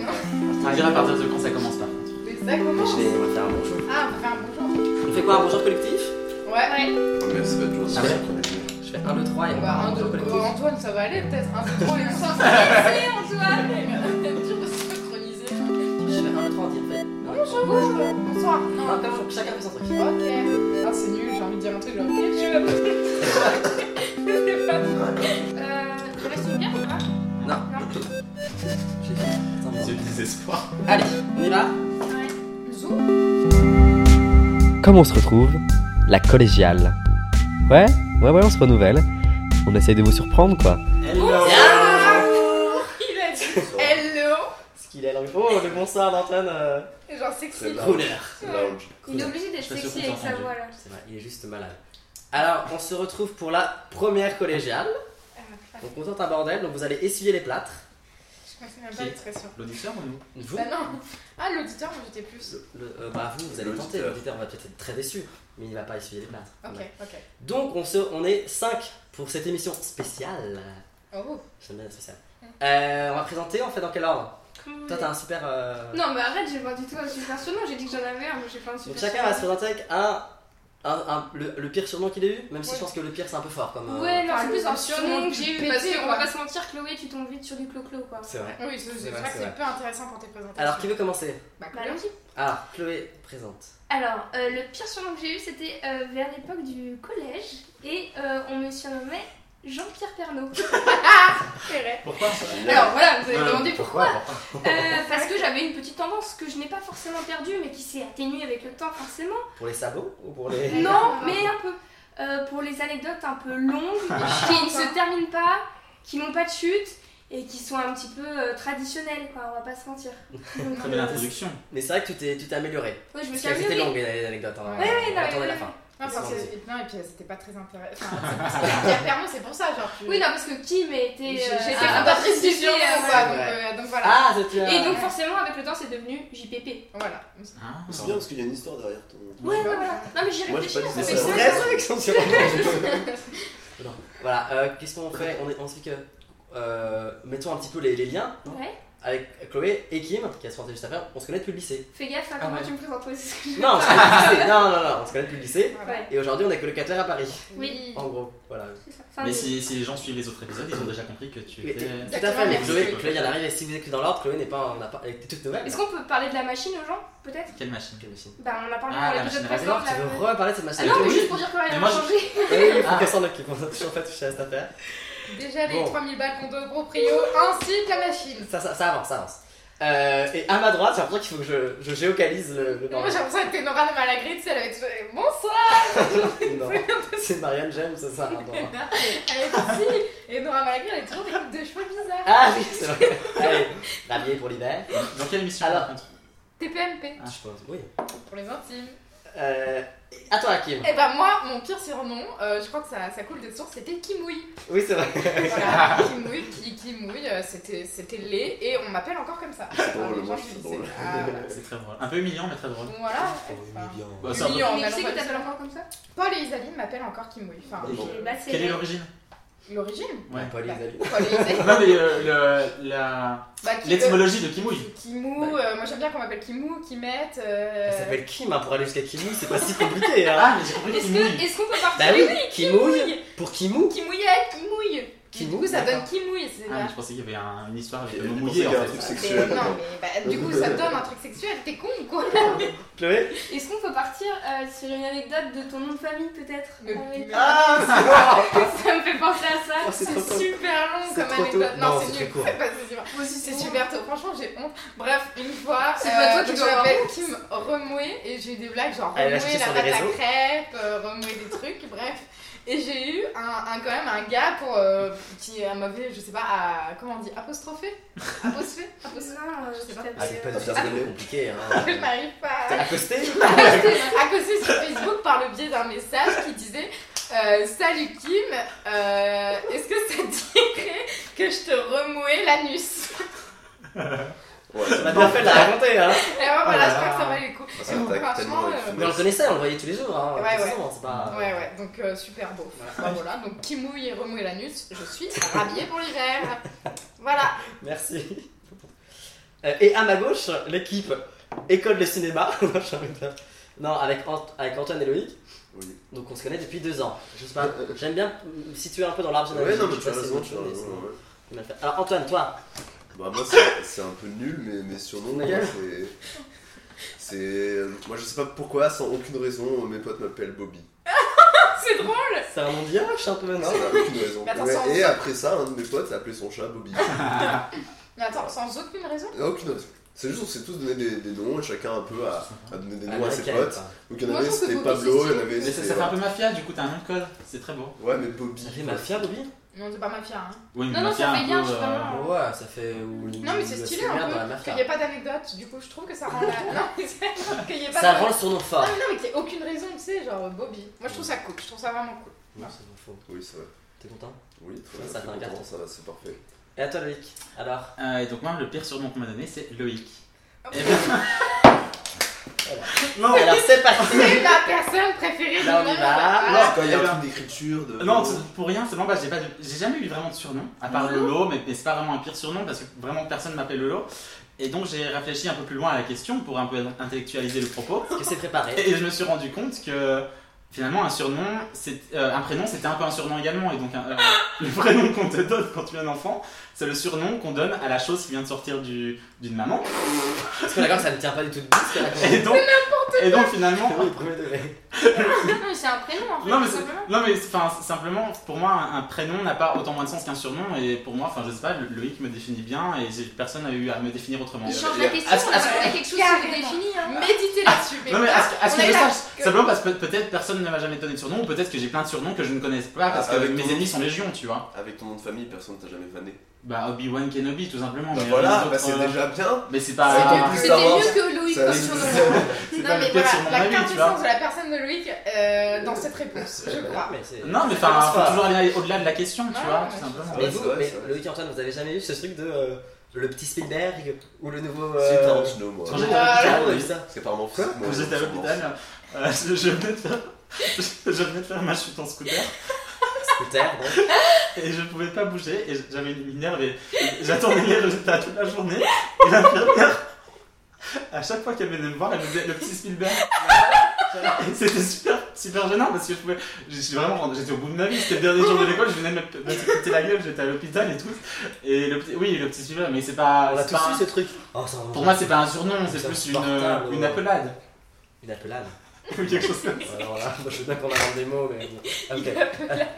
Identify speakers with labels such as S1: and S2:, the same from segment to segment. S1: Faudra dire à partir de quand ça commence par contre.
S2: Exactement.
S3: On va faire un bon jeu.
S2: Ah, on peut faire un bonjour.
S3: On fait quoi Un bonjour collectif
S2: Ouais.
S4: Mais ça va être toujours
S3: Ah
S4: ça
S3: ouais
S4: qu'on est.
S3: Je fais 1, 2, 3 et on
S2: Bah,
S3: va
S2: un,
S3: bonjour
S2: deux,
S3: collectif.
S2: euh, Antoine, ça va aller peut-être. hein. Un, deux, trois, et on s'en Merci, Antoine. Tu peux synchroniser.
S3: Je fais 1, 2, 3 on dit fait.
S2: Bonjour, bonjour. Bonsoir. Non.
S3: Non, comme chacun fait son truc.
S2: Ok. Ah, c'est nul, j'ai envie de dire un truc, genre, quel jeu la C'est pas bon. Euh, je reste une bière ou pas
S3: Non. J'ai fait. Attends, bon.
S4: C'est le désespoir.
S3: Allez, on y va
S2: Zoom
S5: Comme on se retrouve La collégiale. Ouais, ouais, ouais, on se renouvelle. On essaye de vous surprendre, quoi.
S3: Hello
S2: Il a dit hello
S3: Ce qu'il est là, oh, le bonsoir d'Antoine. euh,
S2: Et genre sexy.
S4: C'est là.
S3: Couleur.
S4: Lounge.
S6: Il est obligé d'être
S1: Je suis pas
S6: sexy
S1: sûr qu'on
S6: avec
S1: t'a
S6: sa
S1: entendu.
S6: voix là.
S3: C'est vrai, il est juste malade. Alors, on se retrouve pour la première collégiale.
S6: Ah,
S3: Donc, on tente un bordel, donc vous allez essuyer les plâtres.
S2: Je connaissais même pas l'expression.
S1: L'auditeur ou nous
S3: Vous,
S2: Bah non. Ah, l'auditeur, moi j'étais plus.
S3: le- le- euh, bah, vous, vous allez tenter, l'auditeur va peut-être être très déçu, mais il va pas essuyer les plâtres.
S2: Ok,
S3: Ouais.
S2: ok.
S3: Donc, on, se, on est 5 pour cette émission spéciale.
S2: Oh.
S3: J'aime bien la spéciale. Euh, on va présenter, on fait dans quel ordre Toi, t'as un super. euh,
S6: Non, mais arrête, j'ai pas du tout un super surnom. J'ai dit que j'en avais un, mais j'ai pas un
S3: Donc,
S6: super
S3: chacun va se
S6: surnom.
S3: présenter avec un. un- un- le, le pire surnom qu'il ait eu, même si
S2: Ouais.
S3: je pense que le pire c'est un peu fort comme. euh,
S6: Ouais, non,
S2: Enfin,
S6: c'est plus
S2: le
S6: un
S2: surnom
S6: surnom que j'ai eu.
S2: pété,
S6: Parce qu'on
S2: quoi.
S6: va pas se mentir, Chloé, tu tombes vite sur du clo-clo quoi.
S3: C'est vrai.
S2: Oui, c'est
S3: C'est
S2: c'est
S3: vrai,
S2: vrai que
S3: c'est
S2: c'est
S3: vrai.
S2: peu intéressant pour tes présentations.
S3: Alors, qui veut commencer
S2: Bah,
S6: Bah,
S2: cool.
S6: allons-y.
S3: Alors, Chloé présente.
S6: Alors, euh, le pire surnom que j'ai eu, c'était euh, vers l'époque du collège et euh, on me surnommait Jean-Pierre Pernaud. c'est vrai.
S1: Pourquoi
S6: Alors voilà, vous avez
S1: Ouais,
S6: demandé pourquoi.
S1: pourquoi
S6: Euh, parce que j'avais une petite tendance que je n'ai pas forcément perdue, mais qui s'est atténuée avec le temps forcément.
S3: Pour les sabots ou pour les.
S6: Non, mais un peu. Euh, pour les anecdotes un peu longues, qui ne se terminent pas, qui n'ont pas de chute et qui sont un petit peu euh, traditionnelles, quoi, on va pas se mentir. Donc,
S1: Très
S6: euh,
S1: belle introduction.
S3: Mais c'est vrai que tu t'es, tu t'es amélioré.
S6: ouais, je me
S3: Parce
S6: suis
S3: que c'était
S6: améliorée.
S3: longue les anecdotes. Hein.
S6: Ouais, ouais,
S3: on
S6: non,
S3: va tourner
S6: mais-
S3: la fin.
S2: Non, Ah, parce que
S3: Ils
S2: c'est- non, et puis euh, c'était pas très intéressant. Enfin, c'est parce que Pierre Pernaut, c'est pour ça, genre. tu- bah,
S6: Oui, non, parce que Kim était.
S2: J'ai-
S6: euh,
S2: J'étais
S6: ah,
S2: fondatrice du
S6: participé,
S2: surnom,
S6: euh,
S2: quoi.
S3: ouais.
S2: donc, euh, Donc voilà.
S3: Ah, c'est tu as-
S6: Et donc, forcément, avec le temps, c'est devenu JPP.
S2: Voilà.
S1: Ah,
S4: C'est bien parce qu'il y a une histoire derrière ton.
S6: Ouais, ouais, voilà. Non, mais j'y
S4: Moi, j'ai
S6: réfléchis,
S4: pas dit
S6: ça
S4: ça.
S6: fait
S4: C'est
S6: cinq
S3: vrai,
S6: ans.
S3: avec son surnom. Non. Voilà, euh, qu'est-ce qu'on fait on, est, on se dit que. euh, mettons un petit peu les, les liens
S6: Ouais,
S3: avec Chloé et Kim, qui a se présenté juste après. On se connaît depuis le lycée.
S6: fais gaffe à
S1: Ah,
S6: comment
S1: ouais.
S6: tu me présentes aussi.
S3: Non, on se connaît depuis le lycée. Non, non, non, on se connaît depuis le lycée.
S2: Voilà.
S6: Ouais,
S3: Et aujourd'hui, on est colocataire à Paris.
S6: oui.
S3: En gros, voilà.
S6: C'est ça. Fin
S1: Mais
S6: de-
S1: si, si les gens suivent les autres épisodes, ils ont déjà compris que tu
S3: Mais t'es-
S1: étais.
S3: Tout à fait, mais
S2: Exactement,
S3: Chloé,
S1: merci.
S3: Chloé vient d'arriver. Si vous écoutez dans l'ordre, Chloé n'est pas. On n'a pas. Elle était toute nouvelle.
S6: Est-ce qu'on peut parler de la machine aux gens, peut-être
S1: Quelle machine
S3: Chloé aussi.
S6: Bah, on en a parlé
S1: Ah,
S6: dans
S1: la
S6: l'épisode
S1: machine à
S6: précédent.
S3: Tu
S6: là,
S3: veux
S6: ouais.
S3: reparler de cette machine
S6: Ah non, mais
S3: Oui.
S6: juste pour dire que rien
S1: Mais
S6: n'a
S1: moi,
S6: changé.
S3: Et il faut qu'elle s'en occupe, on a toujours pas touché à cette affaire.
S2: Déjà les
S3: Bon.
S2: 3000 balles qu'on doit au proprio, ainsi que la machine.
S3: Ça, ça, ça avance, ça avance. Euh, et à ma droite, j'ai l'impression qu'il faut que je, je géocalise le, le
S2: Moi j'ai l'impression que Nora de Malagride, c'est elle avait toujours. eh, Bonsoir
S3: Non, c'est Marianne James, ça, ça. non.
S2: Elle est ici Et Nora Malagride, elle est toujours des coupes de cheveux bizarres.
S3: Ah oui, c'est vrai. Allez, la vieille pour l'hiver.
S1: Dans quelle émission
S3: Alors-
S1: par contre
S2: TPMP,
S3: Ah, Je pense, oui.
S2: pour les intimes.
S3: Euh, et à toi, Hakim.
S2: Et bah moi, mon pire surnom, euh, je crois que ça, ça coule de source, c'était Kimouille.
S3: Oui, c'est vrai.
S2: Voilà, Kimouille, qui, Kimouille, euh, c'était c'était laid et on m'appelle encore comme ça.
S4: C'est
S2: Ah,
S4: drôle,
S2: les
S4: moi
S2: gens,
S4: je
S2: je
S4: trouve ça
S2: disais,
S4: drôle.
S2: ah, voilà.
S1: C'est très drôle. Un peu humiliant, mais très drôle.
S2: Donc voilà. enfin,
S1: Bah, c'est un peu-
S2: humiliant,
S6: Mais
S2: mais
S6: tu
S2: non,
S6: sais que
S2: pas
S6: t'appelles
S2: seulement.
S6: encore comme ça
S2: Paul et Isaline m'appellent encore Kimouille. Enfin,
S3: Bon.
S6: Ok, bah, c'est-
S1: Quelle est l'origine
S2: l'origine
S1: Ouais.
S3: Paul et Isaline.
S2: Paul et Isaline.
S1: Non, mais euh, le- la-
S2: Bah, qui-
S1: l'étymologie de Kimouille.
S2: Kimou, euh, moi j'aime bien qu'on m'appelle Kimou, Kimette.
S3: Elle
S2: Euh...
S3: s'appelle Kim, hein, pour aller jusqu'à Kimou, c'est pas si compliqué, hein.
S1: Ah, mais j'ai compris
S6: Est-ce que-
S1: Kimouille.
S6: est-ce qu'on peut partir
S3: Bah oui, Kimouille. Pour Kimou
S6: Qui mouillette, qui mouille
S2: Du
S3: Kimou,
S2: coup ça donne
S3: d'accord.
S2: Kimouille, c'est
S1: Ah, mais
S2: bien.
S1: je pensais qu'il y avait un- une histoire avec le
S4: Il y a
S1: mot
S4: des
S1: mouillé en
S4: conséquences,
S1: fait.
S4: c'est
S2: Mais
S4: sexuel.
S2: non, mais bah, du coup ça donne un truc sexuel, t'es con ou quoi
S3: Ah, Chloé
S6: Est-ce qu'on peut partir euh, sur une anecdote de ton nom de famille peut-être
S2: Le-
S6: Avec-
S3: Ah, c'est bon
S6: Ça me fait penser à ça.
S3: Oh, c'est trop tôt.
S2: Super long
S3: C'est
S2: comme
S3: trop
S2: anecdote.
S3: tôt.
S2: Non,
S3: Non,
S2: c'est
S3: c'est
S2: nul.
S3: très court.
S2: C'est pas- c'est super. C'est super tôt. Franchement, j'ai honte. Bref, une fois, euh,
S6: C'est pas toi
S2: donc
S6: qui
S2: je
S6: dois avoir
S2: m'appelle Kim Remoué et j'ai eu des blagues genre
S3: Elle a
S2: Remoué
S3: acheté
S2: la
S3: sur
S2: pâte
S3: les
S2: à
S3: réseaux.
S2: crêpes, euh, Remoué des trucs, bref. Et j'ai eu un, un- quand même un gars pour euh, qui euh, m'avait, je sais pas, à- comment on dit, apostrophé Apostrophé Apostrophé
S6: Non, euh,
S2: Je sais pas.
S3: Ah, c'est pas
S6: t'appelle-
S3: du tout compliqué,
S2: Je
S3: hein.
S2: n'arrive pas à-
S3: T'es accosté
S2: à causer sur Facebook par le biais d'un message qui disait euh, Salut Kim, euh, est-ce que ça te dirait que je te remouais l'anus
S4: Ouais,
S3: On a bien fait de la raconter, hein.
S2: Et moi,
S3: Oh
S2: voilà,
S3: là
S2: je crois que ça
S3: là.
S2: valait le coup.
S4: Ah, ça attaque
S2: Franchement,
S4: tellement,
S2: euh,
S3: Mais on le connaissait, on le voyait tous les jours, hein.
S2: Ouais,
S3: de toute
S2: ouais.
S3: façon, c'est pas.
S2: Ouais, ouais, donc euh, super beau. Bah, voilà, donc qui mouille et remouille l'anus, je suis rhabillée pour l'hiver. Voilà,
S3: Merci. Euh, et à ma gauche, l'équipe École de cinéma. Non, j'ai envie de dire. non, avec, Ant- avec Antoine et Loïc.
S4: Oui.
S3: Donc on se connaît depuis deux ans. Je sais pas, j'aime bien me situer un peu dans l'arbre
S4: Euh, Ouais,
S3: généalogique.
S4: non, mais
S3: je
S4: tu
S3: sais
S4: as
S3: pas si
S4: raison,
S3: c'est
S4: tu as
S3: bon, mais
S4: raison.
S3: sinon,
S4: ouais.
S3: on va le faire. Alors Antoine, toi,
S4: Bah, moi, c'est- c'est un peu nul, mais mes surnoms,
S3: Ta gueule.
S4: moi, c'est. C'est. Moi, je sais pas pourquoi, sans aucune raison, mes potes m'appellent Bobby.
S2: C'est drôle.
S3: c'est un nom de vierge un peu, non
S4: Ça n'a aucune raison.
S2: Mais attends,
S4: Ouais,
S2: sans-
S4: et après ça, un de mes potes a appelé son chat Bobby.
S2: Mais attends, sans aucune raison.
S4: Il y a aucune raison. C'est juste qu'on s'est tous donné des, des noms et chacun un peu a, a donné des noms à ses
S3: Américaine,
S4: potes.
S3: quoi.
S4: Donc il y en
S2: Moi,
S4: avait
S2: je trouve que
S4: c'était
S2: Bobby,
S4: Pablo,
S2: c'est
S4: il y en avait
S1: Mais ça, ça
S4: c'était.
S1: fait un peu mafia, du coup, t'as un nom de code. C'est très beau.
S4: Ouais, mais Bobby.
S3: Ça fait mafia, Bobby
S2: Non, c'est pas ma fière. Hein.
S1: Oui,
S6: Non, non, ça fait bien, je suis pas
S1: euh,
S6: mal.
S3: Ouais, ça fait. Non,
S2: Non, mais c'est stylé
S3: bah,
S2: un peu qu'il n'y ait pas d'anecdote. Du coup, je trouve que ça rend la. Non, mais c'est- qu'il n'y ait pas
S3: Ça
S2: de-
S3: rend le surnom
S2: Non,
S3: fort.
S2: mais non, mais qu'il n'y ait aucune raison, tu sais, genre Bobby. Moi, je trouve ça cool. Je trouve ça vraiment cool.
S3: Non, c'est bon, faux.
S4: Oui, c'est vrai.
S3: T'es content
S4: Oui, très
S3: Ça, ça
S4: bien. je suis
S3: fait un
S4: content,
S3: carton.
S4: ça va, c'est parfait.
S3: Et à toi, Loïc Alors
S1: euh, et donc, moi, le pire surnom qu'on m'a donné, c'est Loïc.
S2: Oh.
S1: Eh ben,
S3: Non Alors c'est parti
S2: C'est ma personne préférée
S3: Là, on
S2: du
S3: y
S2: monde.
S3: va.
S1: Ah,
S4: quand il y
S1: eh
S4: a
S1: ben.
S4: un truc d'écriture, de.
S1: non, c'est pour rien, c'est bon, bah, j'ai pas de- j'ai jamais eu vraiment de surnom, à part Lolo, mais, mais c'est pas vraiment un pire surnom parce que vraiment personne m'appelle Lolo. Et donc, j'ai réfléchi un peu plus loin à la question pour un peu intellectualiser le propos.
S3: Est-ce que c'est préparé
S1: Et je me suis rendu compte que finalement un surnom, c'est euh, un prénom, c'était un peu un surnom également. Et donc un- euh, le prénom qu'on te donne quand tu es un enfant, c'est le surnom qu'on donne à la chose qui vient de sortir du- d'une maman.
S3: Parce que d'accord, ça ne tient pas du tout de but, ce qu'elle raconte.
S1: Et donc, et donc finalement,
S3: Oui, premier degré.
S6: Non, mais c'est un prénom en fait.
S1: Non mais,
S6: tout
S1: c'est-
S6: simplement.
S1: non mais c'est- enfin, c'est simplement pour moi un un prénom n'a pas autant moins de sens qu'un surnom et pour moi enfin je sais pas le- Loïc me définit bien et j'ai- personne n'a eu à me définir autrement.
S6: Il
S4: y a-
S6: change
S4: il y
S6: la
S4: a-
S6: question,
S3: à ce-
S6: on
S3: à
S6: a
S3: ce-
S6: quelque chose qui
S2: Carrément.
S6: vous définit. hein.
S2: Méditez là-dessus.
S1: Non mais à ce, à ce
S2: on
S1: que
S2: est
S1: je
S2: là
S1: sache,
S2: que-
S1: simplement parce que peut-être personne ne m'a jamais donné de surnom ou peut-être que j'ai plein de surnoms que je ne connais pas parce
S4: Ah,
S1: que
S4: avec
S1: mes
S4: ton-
S1: ennemis sont légion tu vois.
S4: Avec ton nom de famille, personne t'a jamais vanné.
S1: Bah Obi-Wan Kenobi tout simplement.
S4: Bah
S1: mais rien
S4: voilà,
S1: d'autre,
S4: bah c'est
S1: euh,
S4: déjà bien.
S1: Mais c'est
S4: C'est
S1: pas.
S4: plus
S2: C'était
S4: Star Wars.
S2: mieux que Loïc
S4: Ça
S2: comme
S4: va, c'est-
S2: surnom.
S1: c'est
S2: Non
S1: pas
S2: mais
S1: le pire
S2: voilà,
S1: surnom de
S2: la
S1: ma vie, tu vois.
S2: quintessence de la personne de Loïc euh, dans cette réponse, je crois.
S3: Mais c'est-
S1: Non, mais
S3: ça commence
S1: enfin, faut
S3: pas.
S1: toujours aller au-delà de la question, tu
S2: Ouais,
S1: vois,
S2: ouais,
S1: tout
S2: je
S1: simplement.
S4: sais.
S3: Mais
S4: Ouais,
S3: vous,
S4: c'est vrai,
S3: mais
S4: c'est vrai.
S3: Loïc et Antoine, vous avez jamais eu ce truc de euh, le petit Spielberg ou le nouveau.
S4: C'est
S3: euh,
S4: Tarantino, moi.
S1: Quand j'étais
S2: Ah,
S1: à
S3: Tarantino, on a
S1: l'hôpital,
S3: eu ça.
S4: Parce qu'apparemment,
S3: Quoi
S4: moi,
S1: quand j'étais à
S4: je pense.
S1: l'hôpital, euh, je je venais de faire. Je venais de faire ma chute en scooter
S3: Scooter, bon.
S1: et je pouvais pas bouger et j'avais une minerve et et j'attendais les résultats toute la journée et l'infirmière à chaque fois qu'elle venait me voir elle me disait le petit Spielberg Et c'était super super gênant parce que je pouvais je suis vraiment rendu- j'étais au bout de ma vie c'était le dernier jour de l'école je venais de me, me péter la gueule j'étais à l'hôpital et tout et le petit oui le petit Spielberg mais c'est pas
S3: On a
S1: c'est
S3: tous
S1: pas un-
S3: eu ce truc. Oh, ça en-
S1: Pour moi, c'est pas un surnom, c'est
S3: C'est
S1: plus
S3: insupportable.
S1: une, une appelade.
S3: Une appelade.
S1: Ou quelque chose comme ça.
S3: Alors là, moi, je veux bien qu'on invente des mots, mais bon. Ah, ok.
S2: Une appelade.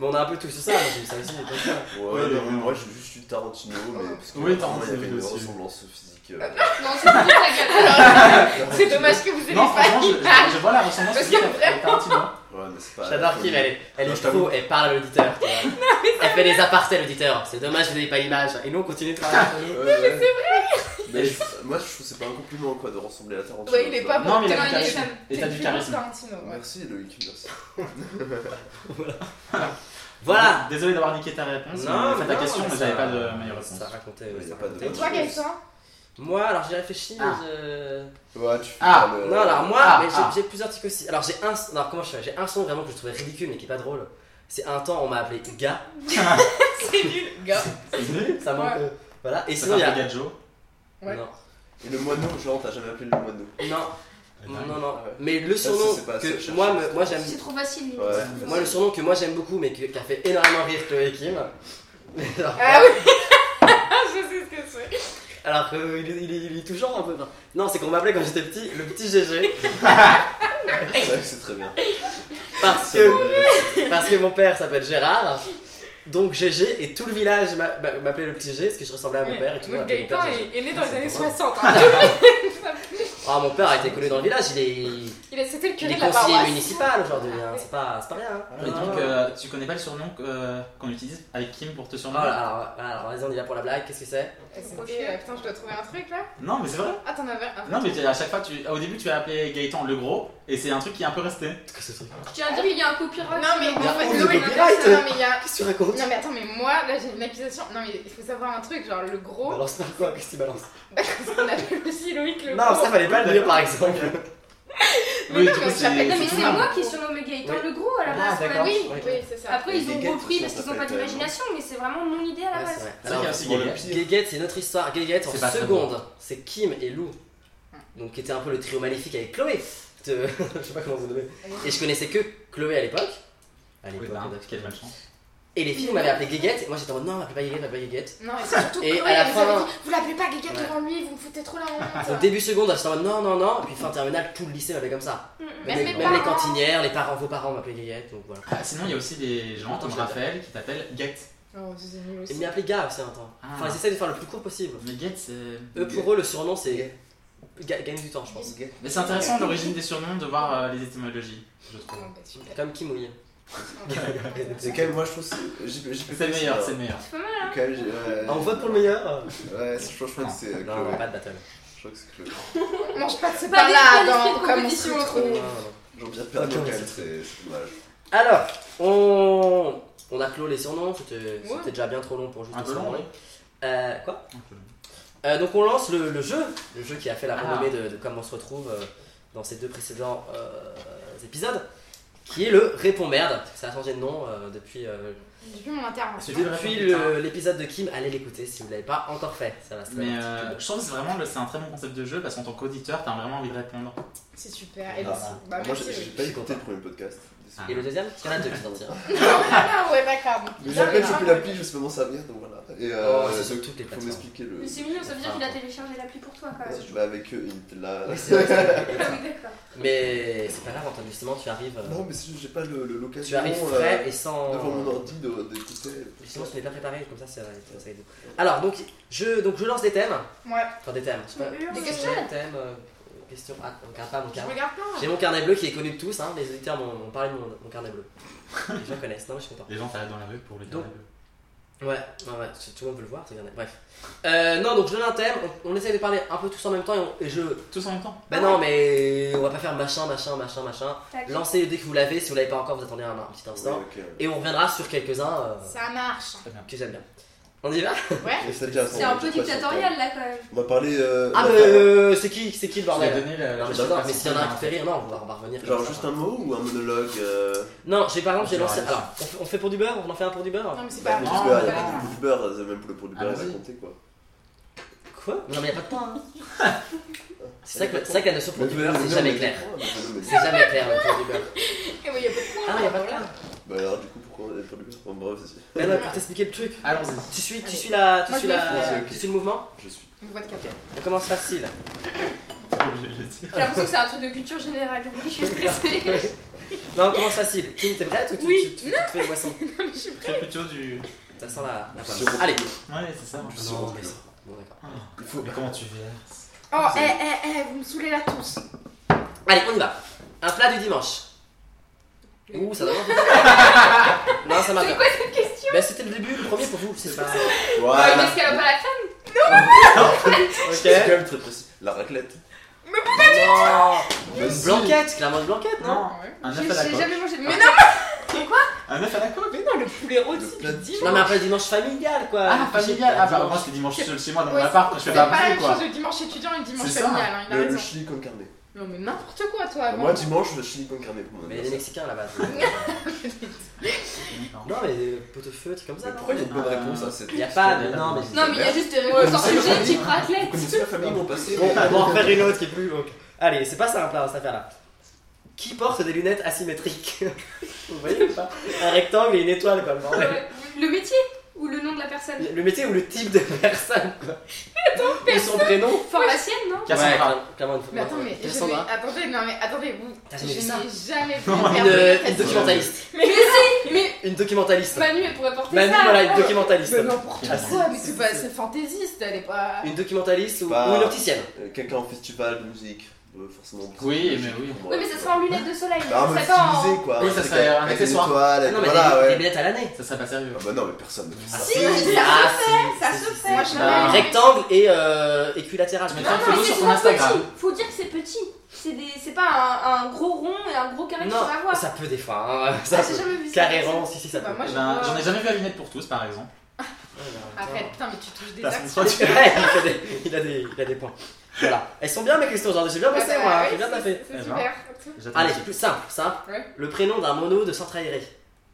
S3: Bon, on a un peu tous eu ça, moi j'ai eu ça aussi, mais pas ça.
S4: Ouais,
S1: Ouais,
S4: non,
S1: ouais.
S4: moi j'ai juste eu Tarantino, mais parce que
S1: Oui,
S4: apparemment, il y
S1: Tarantino
S4: avait une
S1: aussi.
S4: ressemblance physique. euh,
S6: Non, c'est pour ta gueule.
S2: C'est dommage que vous ayez
S1: Non,
S2: pas
S1: franchement, je,
S2: dit.
S1: je- je vois la hein. ressemblance
S2: Parce
S1: physique
S2: que
S1: avec Tarantino.
S4: Ouais, mais c'est pas.
S3: J'adore Kim, elle est, elle
S4: Non,
S3: est
S4: je t'avoue.
S3: pro, elle parle à l'auditeur. tu vois. Elle fait des apartés à l'auditeur. C'est dommage que vous n'ayez pas l'image. Et nous, on continue de parler.
S4: Ouais, ouais. Mais je- moi je trouve que c'est pas un compliment quoi de ressembler à Tarantino.
S2: Ouais, il est
S4: tu
S2: pas
S4: vois.
S2: Ah bon.
S1: Non, mais il
S2: T'es
S1: a du
S2: un
S1: charisme.
S2: homme.
S1: Et
S2: T'es
S1: t'as du
S2: plus
S1: charisme.
S2: Tarantino, ouais.
S4: Merci Loïc, merci.
S3: Voilà
S1: Désolé d'avoir niqué ta réponse. mais c'est ta question, mais j'avais pas de meilleure réponse.
S3: Ça racontait,
S4: Mais
S3: ouais,
S4: y
S3: ça
S4: a pas de-
S3: racontait.
S2: Et toi, Gaëtan
S3: Moi, alors j'ai réfléchi, mais
S1: Ah.
S3: je-
S4: Ouais, tu fais
S1: Ah,
S4: pas le-
S3: Non, alors moi,
S1: Ah,
S3: mais j'ai-
S1: ah.
S3: j'ai plusieurs trucs aussi. Alors j'ai un, alors comment je fais J'ai un son vraiment que je trouvais ridicule mais qui est pas drôle. C'est un temps on m'a appelé gars.
S2: C'est nul, gars.
S3: Ça manque.
S2: Ouais.
S3: euh, Voilà. Et
S1: C'est
S3: sinon
S1: un
S3: il y a.
S1: gadjo.
S2: Ouais.
S3: Non,
S4: Et le moineau, genre t'as jamais appelé le moineau.
S3: non, non, non, non.
S4: Ah ouais.
S3: Mais le
S4: Ça, c'est-
S3: surnom
S4: c'est pas assez
S3: que
S4: cherché,
S3: moi, me-
S4: c'est
S3: moi j'aime,
S6: C'est trop facile, lui.
S4: Ouais.
S3: moi le surnom que moi j'aime beaucoup mais que- qui a fait énormément rire Chloé et Kim. Alors-
S2: Ah oui Je sais ce que c'est.
S3: Alors qu'il est, il est- il est touchant un peu. enfin. Non, c'est qu'on m'appelait quand j'étais petit le petit GG.
S4: C'est vrai que c'est très bien.
S3: Parce
S4: C'est
S3: que,
S4: vrai.
S3: parce que mon père s'appelle Gérard. Donc GG et tout le village m'a- m'a- m'appelait le petit GG parce que je ressemblais à Ah, mon père et tout. hein,
S2: Donc
S3: m'appelait mon père
S2: Gaëtan
S3: GG.
S2: est est né dans
S3: Ah,
S2: les
S3: c'est
S2: années
S3: drôle.
S2: 60. hein.
S3: Ah, mon père a été connu dans le village, il est, il
S2: Il est- C'était le curé
S3: est
S2: de la
S3: conseiller
S2: paroisse. Ah,
S3: municipal aujourd'hui, hein. c'est pas, c'est pas rien. hein.
S1: Et donc, euh, tu connais pas le surnom que, euh, qu'on utilise avec Kim pour te
S3: Oh
S1: surnommer
S3: là là, alors, alors, vas-y, on y va pour la blague, qu'est-ce que c'est
S2: C'était- euh, Putain, je dois trouver un truc là.
S1: Non, mais c'est vrai.
S2: Ah, t'en avais un.
S1: Non, mais tu- à chaque fois, tu... au début, tu as appelé Gaëtan le gros et c'est un truc qui est un peu resté.
S3: Qu'est-ce que c'est ça
S6: Tu viens de dire qu'il y a un copyright.
S2: Ah Non, mais
S6: sinon-
S3: Il y a
S2: en fait,
S3: honte de
S2: Loïc,
S3: copyright.
S2: non, mais il y a.
S3: Qu'est-ce que tu racontes
S2: Non mais attends mais moi là j'ai une accusation non mais il faut savoir un truc genre le gros
S3: Balance pas quoi, qu'est-ce que tu balances
S2: on appelle aussi Loïc le
S3: Non,
S2: gros
S3: ça fallait pas le dire par exemple.
S2: Mais non,
S1: du coup,
S2: mais
S1: c'est-
S2: après,
S6: Non, mais
S1: tout
S6: c'est
S1: le monde.
S6: moi qui suis surnommé Gaëtan
S3: Oui.
S6: le Gros à la
S3: Ah,
S6: base. on l'a
S3: d'accord.
S6: dit.
S2: Oui,
S3: Ouais.
S2: oui, c'est ça.
S6: Après,
S4: Et
S6: ils
S4: les
S6: ont
S4: Gaëtans,
S6: repris
S4: ça
S6: parce qu'ils n'ont pas
S4: s'appelle tellement.
S6: d'imagination, mais c'est vraiment mon idée à la
S2: Ah,
S3: Ouais,
S6: base.
S3: c'est vrai.
S4: C'est vrai qu'il y a aussi
S3: Alors,
S4: Guéguette.
S3: Guéguette, c'est notre histoire. Guéguette, en
S5: C'est pas très
S3: seconde, c'est Kim et Lou. Donc, qui était un peu le trio maléfique avec Chloé. De- je sais pas comment vous nommez. Et je connaissais que Chloé à l'époque. À l'époque, on a-
S1: bah, Quelle malchance.
S3: Et les filles m'avaient appelé Guéguette. Et moi, j'étais en mode non, m'appelle pas Guéguette, m'appelle pas Guéguette.
S2: Non, et c'est surtout
S3: Et
S2: Chloé,
S3: à la
S2: elle nous
S3: fin-
S2: avait dit Vous l'appelez pas Gaga
S3: Ouais.
S2: devant lui, vous me foutez trop la
S3: Donc,
S2: honte.
S3: début seconde, j'étais en mode non, non, non. Et puis, fin terminale, tout le lycée m'appelait comme ça.
S6: Mm, mm.
S2: Même
S3: les,
S2: mes
S3: les
S2: parents.
S3: cantinières, les parents, vos parents m'appelaient Guéguette. Donc voilà.
S1: Ah, sinon, il y a aussi des gens comme
S3: Je l'adore.
S1: Raphaël qui t'appellent Guette.
S2: Oh, c'est nul
S3: Et ils
S2: aussi.
S3: m'ont appelé Gars aussi un temps. Enfin,
S1: Ah.
S3: ils essaient de faire le plus court possible.
S1: Mais Guette, c'est.
S3: Eux, pour eux, le surnom, c'est. Ga- Gagne du temps, je pense.
S1: Mais c'est intéressant l'origine des surnoms de voir euh, les étymologies, je trouve.
S2: Bon, bah, super.
S3: Comme Kim ou Yin.
S4: C'est quand même, moi je trouve. que j'ai- j'ai
S1: C'est
S4: fait
S1: le meilleur,
S4: ça.
S1: c'est le meilleur.
S6: C'est pas mal.
S4: Quand même, j'ai- ouais.
S3: On vote pour le meilleur
S4: Ouais, c'est- je crois je crois que c'est.
S3: Non, non,
S4: Chloé.
S3: pas de battle.
S4: Je crois que c'est Chloé.
S2: Mange pas de ces
S6: Pas des- pas
S2: là
S6: des
S2: dans
S6: frites de
S2: comme on
S6: compétition,
S2: se retrouve.
S4: Jean-Pierre Pernaut,
S3: Ok,
S4: quand même,
S3: c'est-
S4: c'est c'est dommage.
S3: Alors, on... on a clos les surnoms, c'était c'était
S2: Ouais.
S3: déjà bien trop long pour juste
S1: Un
S3: un
S1: peu long,
S3: surnom.
S1: oui.
S3: Euh, quoi
S1: Un peu long.
S3: Euh, Donc on lance le, le jeu, le jeu qui a fait la
S1: Ah.
S3: renommée de, de comment on se retrouve euh, dans ces deux précédents euh, épisodes, qui est le Répond Merde, parce que ça a changé de nom euh, depuis, euh,
S2: J'ai vu mon intervention.
S1: Celui de
S3: depuis
S1: Répond Putain.
S3: le- l'épisode de Kim, allez l'écouter si vous ne l'avez pas encore fait, ça va se
S1: Mais euh, je trouve que c'est vraiment le- c'est un très bon concept de jeu parce qu'en tant qu'auditeur, t'as vraiment envie de répondre.
S2: C'est super. Et
S1: Ah.
S2: merci. Bah,
S4: Moi
S2: merci.
S4: j'ai j'ai
S2: oui.
S4: pas
S3: Je suis
S4: écouté
S3: content.
S4: le premier podcast.
S1: Ah.
S3: Et le deuxième Il y en a deux qui hein. sortiront.
S2: Ah ouais, d'accord.
S4: Mais
S2: Non, mais
S4: j'appelle, j'ai
S6: Ah,
S2: non.
S4: plus l'appli, je sais pas m'en servir donc voilà. Et
S3: Oh, c'est
S4: euh.
S3: sur
S4: donc,
S3: toutes les
S4: Faut
S3: plateformes.
S4: m'expliquer le.
S6: Mais c'est mignon, ça veut
S3: Ah,
S6: dire qu'il a téléchargé l'appli pour toi quand même.
S4: Bah avec eux, ils te la.
S3: Oui, c'est vrai, c'est
S6: Ah
S3: vrai.
S6: oui, d'accord.
S3: Mais c'est pas grave, Antoine, justement, tu arrives, euh,
S4: Non, mais c'est juste, j'ai pas le, le local.
S3: tu arrives frais et sans.
S4: euh, Devant mon ordi de- d'écouter.
S3: Justement, je l'ai pas préparé, comme ça, ça, ça, ça aide. Alors, donc je, donc, je lance des thèmes.
S2: Ouais.
S3: Enfin, des thèmes. je sais pas.
S6: Des
S3: Des
S2: questions
S3: thèmes, euh, questions. Ah, on regarde pas mon
S2: Je
S3: carnet.
S2: regarde pas.
S3: J'ai mon carnet bleu qui est connu de tous, hein. Les auditeurs m'ont m'ont parlé de mon, mon carnet bleu. Les gens connaissent, non, mais je suis content.
S1: Les gens t'arrêtent dans la rue pour le dire.
S3: Donc- Ouais, ouais, ouais, c'est- tout le monde veut le voir, ce carnet. Bref. Euh, non, donc je donne un thème, on, on essaie de parler un peu tous en même temps et, on- et je.
S1: Tous en même temps.
S3: Bah non, mais on va pas faire machin, machin, machin, machin.
S6: Tac.
S3: Lancez dès que vous l'avez, si vous l'avez pas encore, vous attendez un, un petit
S4: Ouais,
S3: instant.
S4: ok.
S3: Et on reviendra sur quelques-uns euh,
S2: Ça marche.
S1: Très bien.
S3: que j'aime bien. On y va
S4: Et ça, tiens,
S6: C'est un
S4: attends,
S6: peu
S4: je passe sur
S6: dictatorial là quand même.
S4: le- On va parler. euh,
S3: Ah,
S4: on va
S3: mais
S4: faire-
S3: euh, c'est qui, c'est qui le
S1: Je t'ai
S3: bordel
S1: donné la.
S3: Non mais j'adore, mais s'il y en a un qui fait rire, non, on va, on va revenir.
S4: Genre
S3: comme ça.
S4: juste un mot ou un monologue euh,
S3: Non, j'ai par exemple, j'ai
S1: Genre,
S3: lancé.
S1: allez.
S3: Alors, on fait, on fait pour du beurre On en fait un pour du beurre
S2: Non, mais c'est
S4: bah,
S2: pas
S4: pour
S1: non,
S4: du beurre,
S1: non.
S4: pour du beurre, euh, même pour le pour du
S3: Ah,
S4: beurre,
S1: Allons-y.
S4: il va compter quoi.
S3: Quoi Non mais y'a pas de point. hein. c'est ça que, c'est vrai que la notion pour
S4: Mais
S3: du beurre,
S4: mais
S3: c'est
S4: non,
S3: jamais
S4: mais-
S3: clair.
S4: Oh, mais non, mais-
S3: C'est jamais clair le pour du beurre.
S2: Et oui, y a pas de point.
S3: Ah non, y'a pas de
S2: Voilà.
S3: point.
S4: Bah alors, du coup, pourquoi on est pour du beurre Bon, bref, vas-y.
S3: Mais non, pour t'expliquer le truc.
S1: Allons-y.
S3: Tu suis, tu suis la, tu
S2: Moi,
S3: suis
S2: je
S3: la,
S4: l'ai fait.
S3: tu suis le mouvement.
S4: Je suis.
S2: Une boîte de café.
S3: On commence facile.
S1: Je- je- je-
S6: J'ai l'impression que c'est un truc de culture générale. Je suis stressée.
S3: Non, on commence facile. Kim, t'es prête ou tu,
S2: Oui.
S3: tu, tu- tu te fais le boisson
S1: C'est plutôt du.
S3: Ça sent la, la
S4: Je suis
S3: pomme. Allez.
S1: Ouais, c'est ça.
S4: Je suis sûr.
S3: mais c'est- Bon d'accord.
S4: Il faut.
S1: Mais comment tu verses
S2: Oh, eh, eh, eh, vous me saoulez là tous.
S3: Allez, on y va. Un plat du dimanche. Ouh, ça donne envie. Non, ça marche.
S6: C'est
S3: pas.
S6: quoi cette question
S3: Bah, c'était le début, le premier pour vous. C'est pas.
S6: Ouais,
S4: Voilà
S6: parce qu'elle a pas la crème.
S4: C'est quand même très précis. La raclette.
S3: Non.
S4: Vas-y.
S3: Blanquette, clairement une blanquette, non
S1: Non, un œuf
S2: Ah J'ai
S1: à la
S2: j'ai
S1: coque.
S2: jamais mangé. Mais non,
S1: Un œuf à la coque
S2: mais non, le poulet rôti.
S4: Le plat de
S3: Non, mais après dimanche familial quoi.
S1: Ah, familial Ah, bah,
S3: Dimanche.
S1: moi, c'est dimanche seul chez moi dans mon
S2: Ouais,
S1: appart, je fais
S2: C'est
S1: pas
S2: pas la
S1: bouffer
S2: même
S1: quoi.
S2: chose le dimanche étudiant et le dimanche
S1: C'est ça.
S2: familial, hein, il a
S4: Le, le
S2: raison.
S4: chili con carne.
S2: Non, mais n'importe quoi, toi, avant.
S4: Moi dimanche, le chili con carne pour mon
S3: Mais les Mexicains
S4: anniversaire.
S3: à la base.
S1: D'accord.
S3: non, mais euh, pot-au-feu, trucs comme ça.
S4: Mais
S3: non
S4: pourquoi il y a une bonne
S1: Euh,
S4: réponse à cette
S3: Y a pas de.
S1: Ouais.
S3: Non, mais.
S6: Non, mais il y a juste des
S4: Ouais,
S6: réponses en
S4: c'est
S6: sujet,
S4: vrai.
S6: type
S4: Vous
S6: raclette.
S4: connaissez la famille, mon passé
S3: Bon, on va en faire une autre qui est plus longue. Allez, c'est pas simple hein, cette affaire là. Qui porte des lunettes asymétriques Vous voyez ou pas Un rectangle et une étoile quoi. le bordel.
S6: Ouais. Le métier ou le nom de la personne
S3: Le métier ou le type de personne quoi. Ou son prénom
S6: Pharmacienne, non
S1: Cassandra.
S3: Ouais, clairement une
S2: Mais attends, mais je vais-
S3: Cassandra.
S2: attendez, non, mais attendez, vous.
S3: T'as
S2: Je
S3: jamais vu ça
S2: n'ai jamais vu
S1: Non,
S2: une paire de lunettes
S3: Une, une
S2: à six-
S3: documentaliste.
S6: Mais si Mais
S3: Une documentaliste.
S6: Manu, elle pourrait porter
S3: Manu,
S6: ça
S3: voilà, une documentaliste.
S2: Mais non, pourquoi Mais c'est pas,
S3: c'est-
S2: c'est fantaisiste, elle est pas.
S3: Ah. Une documentaliste ou,
S4: Bah.
S3: ou une opticienne.
S4: Euh, Quelqu'un en festival de musique, euh, forcément.
S1: Oui,
S4: c'est
S1: mais
S4: logique
S1: oui.
S4: pour moi.
S6: Oui, mais ça sera en lunettes de soleil.
S4: Bah,
S6: ça
S4: mais
S6: serait pas en-
S4: stylisé, quoi.
S1: Oui, ça
S4: Avec-
S1: serait un
S4: avec
S1: accessoire.
S4: une étoile, avec-
S3: non, mais
S4: Euh, voilà,
S3: des,
S4: ouais.
S3: des lunettes à l'année.
S1: Ça serait pas sérieux.
S4: Ah bah non, mais personne ne fait ça.
S3: Ah,
S6: si, ça
S3: si,
S6: se
S3: ah, si,
S6: Ça
S3: si,
S6: se
S3: si.
S6: fait.
S2: Moi, je
S1: Ah.
S2: l'avais-
S3: Rectangle et, euh, et cul latéral.
S1: Mais
S3: Mais
S1: ça,
S6: Non,
S1: Faites-le
S6: mais
S1: nous
S6: c'est
S1: sur ton
S6: souvent
S1: Instagram.
S6: petit. Faut dire que c'est petit. C'est des... c'est pas un, un gros rond et un gros carré
S3: non,
S6: sur la voie.
S3: ça peut des fois. hein, ça
S6: Ah,
S3: peut.
S6: j'ai jamais vu ça.
S3: Carré rond, si, si, ça
S2: Bah,
S3: peut.
S2: moi,
S1: Eh
S2: je
S1: ben,
S2: vois-
S1: J'en ai jamais vu à lunettes pour tous, par exemple.
S3: Ouais, bah,
S2: Arrête, putain, mais tu touches des
S1: T'as
S2: axes.
S1: son
S3: attends. Ouais, il, a des, il, a des, il a des points. Voilà. Elles sont bien mes questions aujourd'hui, j'ai bien
S2: Ah
S3: passé
S2: bah
S3: moi,
S2: oui,
S3: j'ai bien tapé.
S2: C'est
S1: Eh
S2: super.
S1: J'attends
S3: Allez,
S1: aussi.
S3: plus simple, simple.
S2: Ouais.
S3: Le prénom d'un mono de Central Aéré.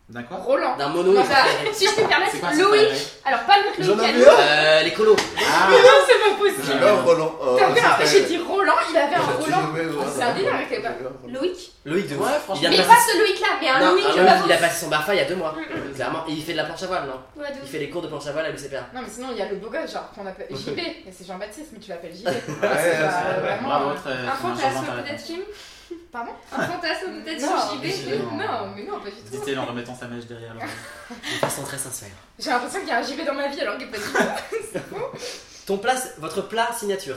S1: D'un quoi
S2: Roland.
S3: D'un mono de
S2: Non,
S3: Central
S2: bah,
S3: Aéré.
S6: Si je peux me permettre,
S1: C'est quoi c'est
S6: Loïc.
S1: pas vrai
S6: Alors, pas le
S4: J'en
S6: Loïc
S4: avais un.
S3: Euh, les colos.
S1: Ah
S2: Mais non, c'est pas possible.
S1: Euh,
S4: J'avais un Roland. un-
S2: T'as
S4: un
S2: vu, alors,
S4: secret.
S2: j'ai dit Roland, il avait un
S4: J'avais
S2: Roland.
S4: jamais, ouais.
S2: c'est un délire avec les-
S4: J'avais un Roland.
S6: Loïc.
S3: Loïc de ouf.
S1: Ouais, franchement.
S3: Il a
S6: Mais
S3: passé-
S6: pas ce Loïc-là, mais un
S3: Non,
S6: Loïc.
S3: un
S6: euh,
S3: Loïc, il a passé son barfa il y a deux mois.
S6: Mm,
S3: Clairement, et il fait de la planche à voile, non
S6: mm. Ouais, de
S3: Il
S6: ouf.
S3: fait les cours de planche à voile à l'UCPA.
S2: Non, mais sinon, il y a le beau gosse, genre, qu'on appelle JB. Et c'est Jean-Baptiste, mais tu l'appelles JB.
S4: Ouais,
S2: C'est
S4: ouais,
S2: pas
S4: c'est vrai.
S2: vraiment- euh,
S1: Bravo, très
S6: Un
S1: très bien, j'invente
S6: fantasme
S1: la
S6: peut-être
S1: réponse.
S6: Kim
S2: Pardon
S6: Un fantasme peut-être
S2: Non,
S6: sur
S1: mais
S6: JB
S1: je-
S2: Non, mais non, pas du tout.
S1: Dit-elle en remettant sa mèche derrière. l'oreille.
S3: De façon très sincère.
S2: J'ai l'impression qu'il y a un JB dans ma vie alors qu'il est pas du tout.
S3: Ton plat, votre plat signature.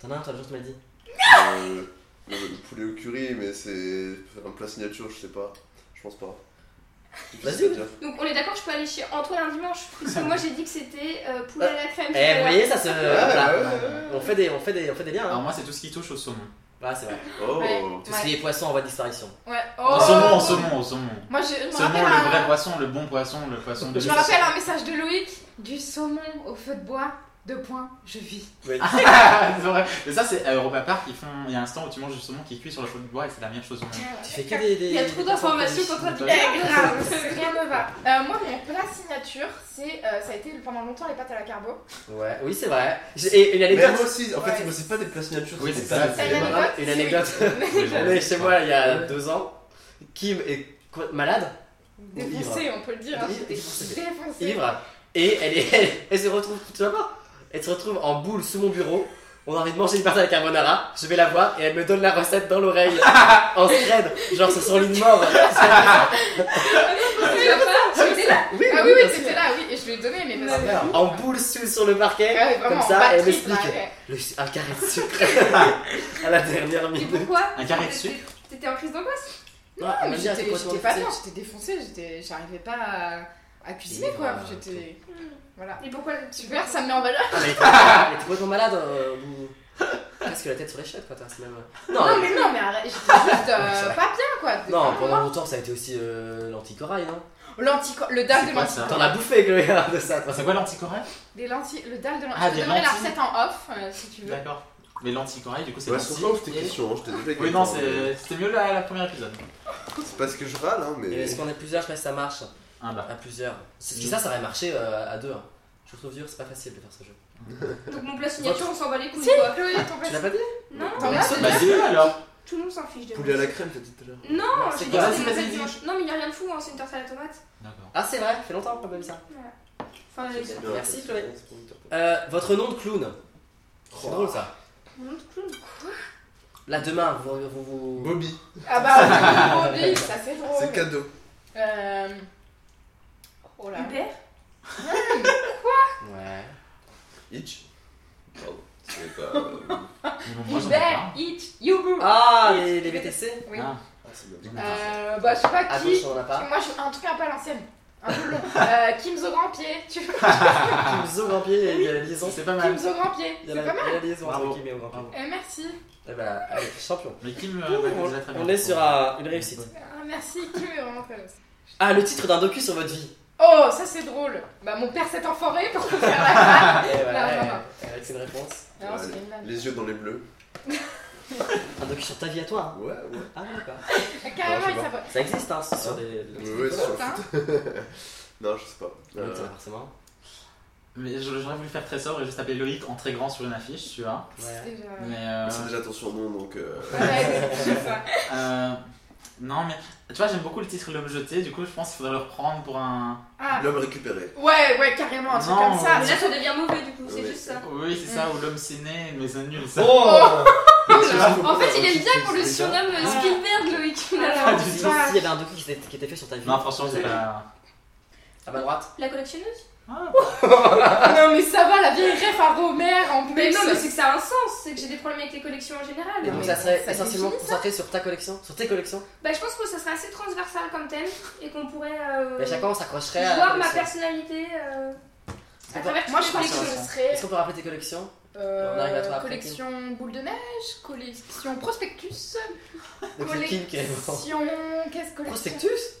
S3: T'en as un, toi, le jour, tu m'as dit.
S4: Euh, le, le poulet au curry, mais c'est un plat signature, je sais pas. Je pense pas.
S3: Vas-y.
S6: Donc on est d'accord, je peux aller chez Antoine un dimanche. Parce que moi j'ai dit que c'était euh, poulet à la crème.
S3: Eh, vous
S6: chocolat.
S3: voyez, ça se.
S4: Euh,
S3: voilà.
S1: ouais,
S3: On fait des, on fait des, on fait des liens.
S1: Alors
S3: Hein.
S1: moi c'est tout ce qui touche au saumon.
S3: Voilà, c'est vrai.
S4: Oh.
S2: Ouais.
S3: Tout ce qui est poisson en voie de disparition.
S2: Ouais.
S1: Au
S2: Oh
S1: saumon, au saumon, au saumon.
S2: Moi, je je me
S1: Saumon,
S2: rappelle
S1: le vrai
S2: un...
S1: poisson, le bon poisson, le poisson de
S2: Je me rappelle un message de Loïc. Du saumon au feu de bois, deux points, je vis.
S1: Ah, c'est vrai. Mais ça c'est à Europa Park, ils font il y a un stand où tu manges du saumon qui est cuit sur le feu de bois et c'est la meilleure chose au monde.
S3: Tu fais que des. des
S6: Il y a trop d'informations quand on dit.
S1: Ouais.
S2: Eh, grave, rien ne va. Euh, moi, mon plat signature, c'est, euh, ça a été pendant longtemps les pâtes à la carbo.
S3: Ouais, oui, c'est vrai. J'ai- Et une
S4: Mais moi
S3: anecdote.
S4: aussi, en
S2: Ouais.
S4: fait, c'est- c'est pas des plats signatures.
S1: Oui, c'est ça,
S2: T'as
S1: c'est-
S4: des-
S3: marrant, une
S2: c'est-
S3: anecdote.
S2: oui.
S3: On est chez moi il y a deux ans. Kim est quoi- malade,
S2: Défoncé, on peut le dire. hein,
S3: Ivre.
S2: j'étais Défoncé.
S3: ivre, et elle, est, elle, elle se retrouve. Tu vois pas Elle se retrouve en boule sous mon bureau. On a envie de manger une pâte à la carbonara. hein. Je vais la voir et elle me donne la recette dans l'oreille. en scred. Genre, c'est son lit de mort.
S2: Tu l'as pas J'étais là.
S3: Oui,
S2: Ah oui, oui,
S3: bien sûr.
S2: c'était là, oui, et je lui ai donné, mais parce que.
S3: En boule sous sur le parquet.
S2: Ouais, vraiment,
S3: comme ça, elle
S2: batterie,
S3: m'explique. Ah,
S2: là, ouais.
S3: Le- un carré de sucre à la dernière
S6: Et
S3: minute.
S6: pourquoi
S1: Un carré de sucre.
S6: T'étais- T'étais en crise d'angoisse
S2: Non, mais
S3: Amanda, c'est
S2: j'étais
S3: quoi
S2: j'étais
S3: ton-
S2: pas
S3: c'est-
S2: bien, j'étais défoncée, j'étais- j'arrivais pas à, à cuisiner
S3: Ivre,
S2: quoi.
S3: euh,
S2: J'étais. Voilà.
S6: Et pourquoi
S2: Super, ça me met en valeur.
S3: Ah, mais t'es- mais t'es complètement malade. euh, ou- Presque la tête sur les chiottes, quoi. toi, c'est même, euh, Non,
S2: Non,
S3: euh,
S2: mais non, mais arrête, j'étais juste
S3: Ouais, c'est
S2: euh,
S3: vrai.
S2: pas bien quoi. de-
S3: non,
S2: vraiment.
S3: pendant longtemps, ça a été aussi euh, l'anticorail, non
S2: L'antico- Le dalle
S1: C'est
S2: de
S1: quoi,
S2: lentilles.
S1: ça
S3: T'en as bouffé, Chloé, hein, de ça, toi.
S1: Ah, C'est quoi l'anticorail
S2: Des lentilles, le dalle de lentilles.
S1: Ah,
S2: je
S1: des
S2: te donnerai la
S1: lentilles.
S2: recette en off euh, si tu veux.
S1: D'accord. Mais l'anticorail du coup c'est
S4: Ouais,
S1: lentilles
S4: sur euh. off tes
S1: et-
S4: questions, hein, je t'ai déjà
S1: Oui non c'est- c'était mieux la, la première épisode.
S4: C'est parce que je râle, hein,
S3: Et
S4: mais.
S3: Est-ce qu'on est plusieurs Je sais pas si ça marche. hein,
S1: Un bas.
S3: À plusieurs. C'est-
S1: Oui.
S3: Ça, ça aurait marché euh, à deux. hein. Je vous trouve dur, c'est pas facile de faire ce jeu.
S6: Donc mon plat signature, on s'en bat les couilles
S2: Si,
S6: quoi.
S2: Chloé, ton
S3: Tu
S2: plat-
S3: l'as pas dit
S6: Non,
S2: T'en as
S3: Personne
S2: déjà
S1: Bah dis-le alors.
S6: tout le monde s'en fiche de
S4: Poulet à
S6: moi.
S4: la crème, t'as dit tout à l'heure.
S6: Non, j'ai dit
S1: quoi
S6: que c'était
S1: Vas-y,
S6: mon plat
S1: vas-y,
S6: dimanche. Non, mais il n'y a rien de fou, hein, c'est une tarte à la tomate.
S1: D'accord.
S3: Ah, c'est vrai, fait longtemps qu'on a pas vu ça.
S2: Ah,
S6: Enfin,
S3: C'est
S6: les-
S3: bien. Merci,
S4: C'est
S3: Chloé.
S4: bon, c'est bon, c'est bon.
S3: Euh, votre nom de clown. C'est
S4: Oh.
S3: drôle ça.
S6: mon nom de clown, quoi.
S3: Là, demain, vous. vous, vous-
S4: Bobby,
S2: Ah bah, on oublie, ça c'est drôle.
S4: c'est cadeau.
S2: Euh... Oh là.
S6: Hubert
S3: Ouais.
S4: Itch. Pardon. C'est pas. euh,
S1: Mais bon, moi, j'en ai
S2: Hubert,
S1: pas. hein.
S2: It, Yubu.
S3: Ah, les, les VTC
S2: Oui.
S1: Ah.
S4: Ah, c'est bien.
S2: Euh, bah, je sais pas
S3: À
S2: qui.
S3: gauche, on en a pas.
S2: Moi, je suis un truc un peu à l'ancienne. Un peu long. euh, Kim's au grand pied, tu vois.
S1: Ah.
S3: Kim's au grand pied et il y a la liaison.
S1: C'est pas mal.
S2: Kim's au grand pied,
S3: Il y
S2: c'est
S3: a la,
S2: pas mal.
S3: il y a la liaison entre
S1: Bravo.
S3: Kim et au grand pied.
S1: Bravo.
S2: Eh, merci.
S3: Eh ben, allez, champion.
S1: Mais Kim euh, bah,
S3: On,
S1: déjà très bien.
S3: on est sur un- une réussite.
S2: Ah, merci, Kim est vraiment très gentil.
S3: Ah, le titre d'un docu sur votre vie.
S2: Oh, ça c'est drôle. Bah, mon père s'est enfoiré pour te faire la vanne.
S3: Eh, voilà,
S2: Non, non, non.
S3: eh, avec une réponse.
S2: Non, c'est une vanne.
S4: Les yeux dans les bleus.
S3: Un docu sur ta vie à toi. hein.
S4: Ouais, ouais.
S3: Ah, ouais, d'accord.
S2: Ah, Carrément,
S4: Non, je
S2: il
S4: sais
S2: s'appelle.
S3: Ça existe, hein, c'est sur des.
S4: Ouais, ouais, c'est sur-
S2: Putain.
S4: Non, je sais pas.
S3: Ouais,
S4: Euh,
S3: ça, forcément.
S1: Mais je- j'aurais voulu faire très sobre et juste appeler Loïc en très grand sur une affiche, tu vois.
S3: Ouais.
S2: Déjà.
S1: Mais euh,
S4: C'est déjà ton surnom donc. euh,
S2: Ouais, c'est ça.
S1: euh, non mais tu vois j'aime beaucoup le titre L'homme jeté, du coup je pense qu'il faudrait le reprendre pour un.
S2: Ah,
S4: L'homme récupéré.
S2: ouais, ouais, carrément, un truc
S1: Non.
S2: comme
S6: Ah,
S2: ça.
S6: mais là, ça devient mauvais du coup, c'est
S4: Ouais.
S6: juste ça. Mm.
S1: Oui c'est ça ou l'homme ciné mais c'est nul ça.
S3: Oh
S6: En fait, il aime bien qu'on le
S4: C'est ça.
S6: surnomme euh,
S2: Ah.
S6: Spielberg, Loïc, finalement.
S1: Pas
S3: Ah,
S1: du
S3: si,
S1: tout.
S3: S'il y avait un docu qui était, qui était fait sur ta vie.
S1: Non franchement c'est pas.
S3: À ma droite.
S6: La collectionneuse
S1: Ah,
S2: Non, mais ça va, la vieille rêve à Romère en plus.
S6: Mais non, mais c'est que ça a un sens, c'est que j'ai des problèmes avec les collections en général.
S3: Et donc
S2: mais
S3: ça serait
S2: ça
S3: essentiellement
S2: définit
S3: concentré sur ta collection, sur tes collections.
S6: Bah, je pense que ça serait assez transversal comme thème et qu'on pourrait euh,
S3: Et à chacun on s'accrocherait à. la
S6: voir ma
S3: collection.
S6: personnalité euh, à
S3: Attends,
S6: travers
S2: Moi,
S6: toutes
S2: je
S6: les
S2: pense que
S6: collections.
S2: ce serait
S3: Est-ce qu'on peut rappeler tes collections
S2: euh,
S3: On arrive à toi après.
S2: collection boule de neige, collection prospectus,
S3: Donc c'est Kim qui est
S2: collection. Qu'est-ce que collection
S3: Prospectus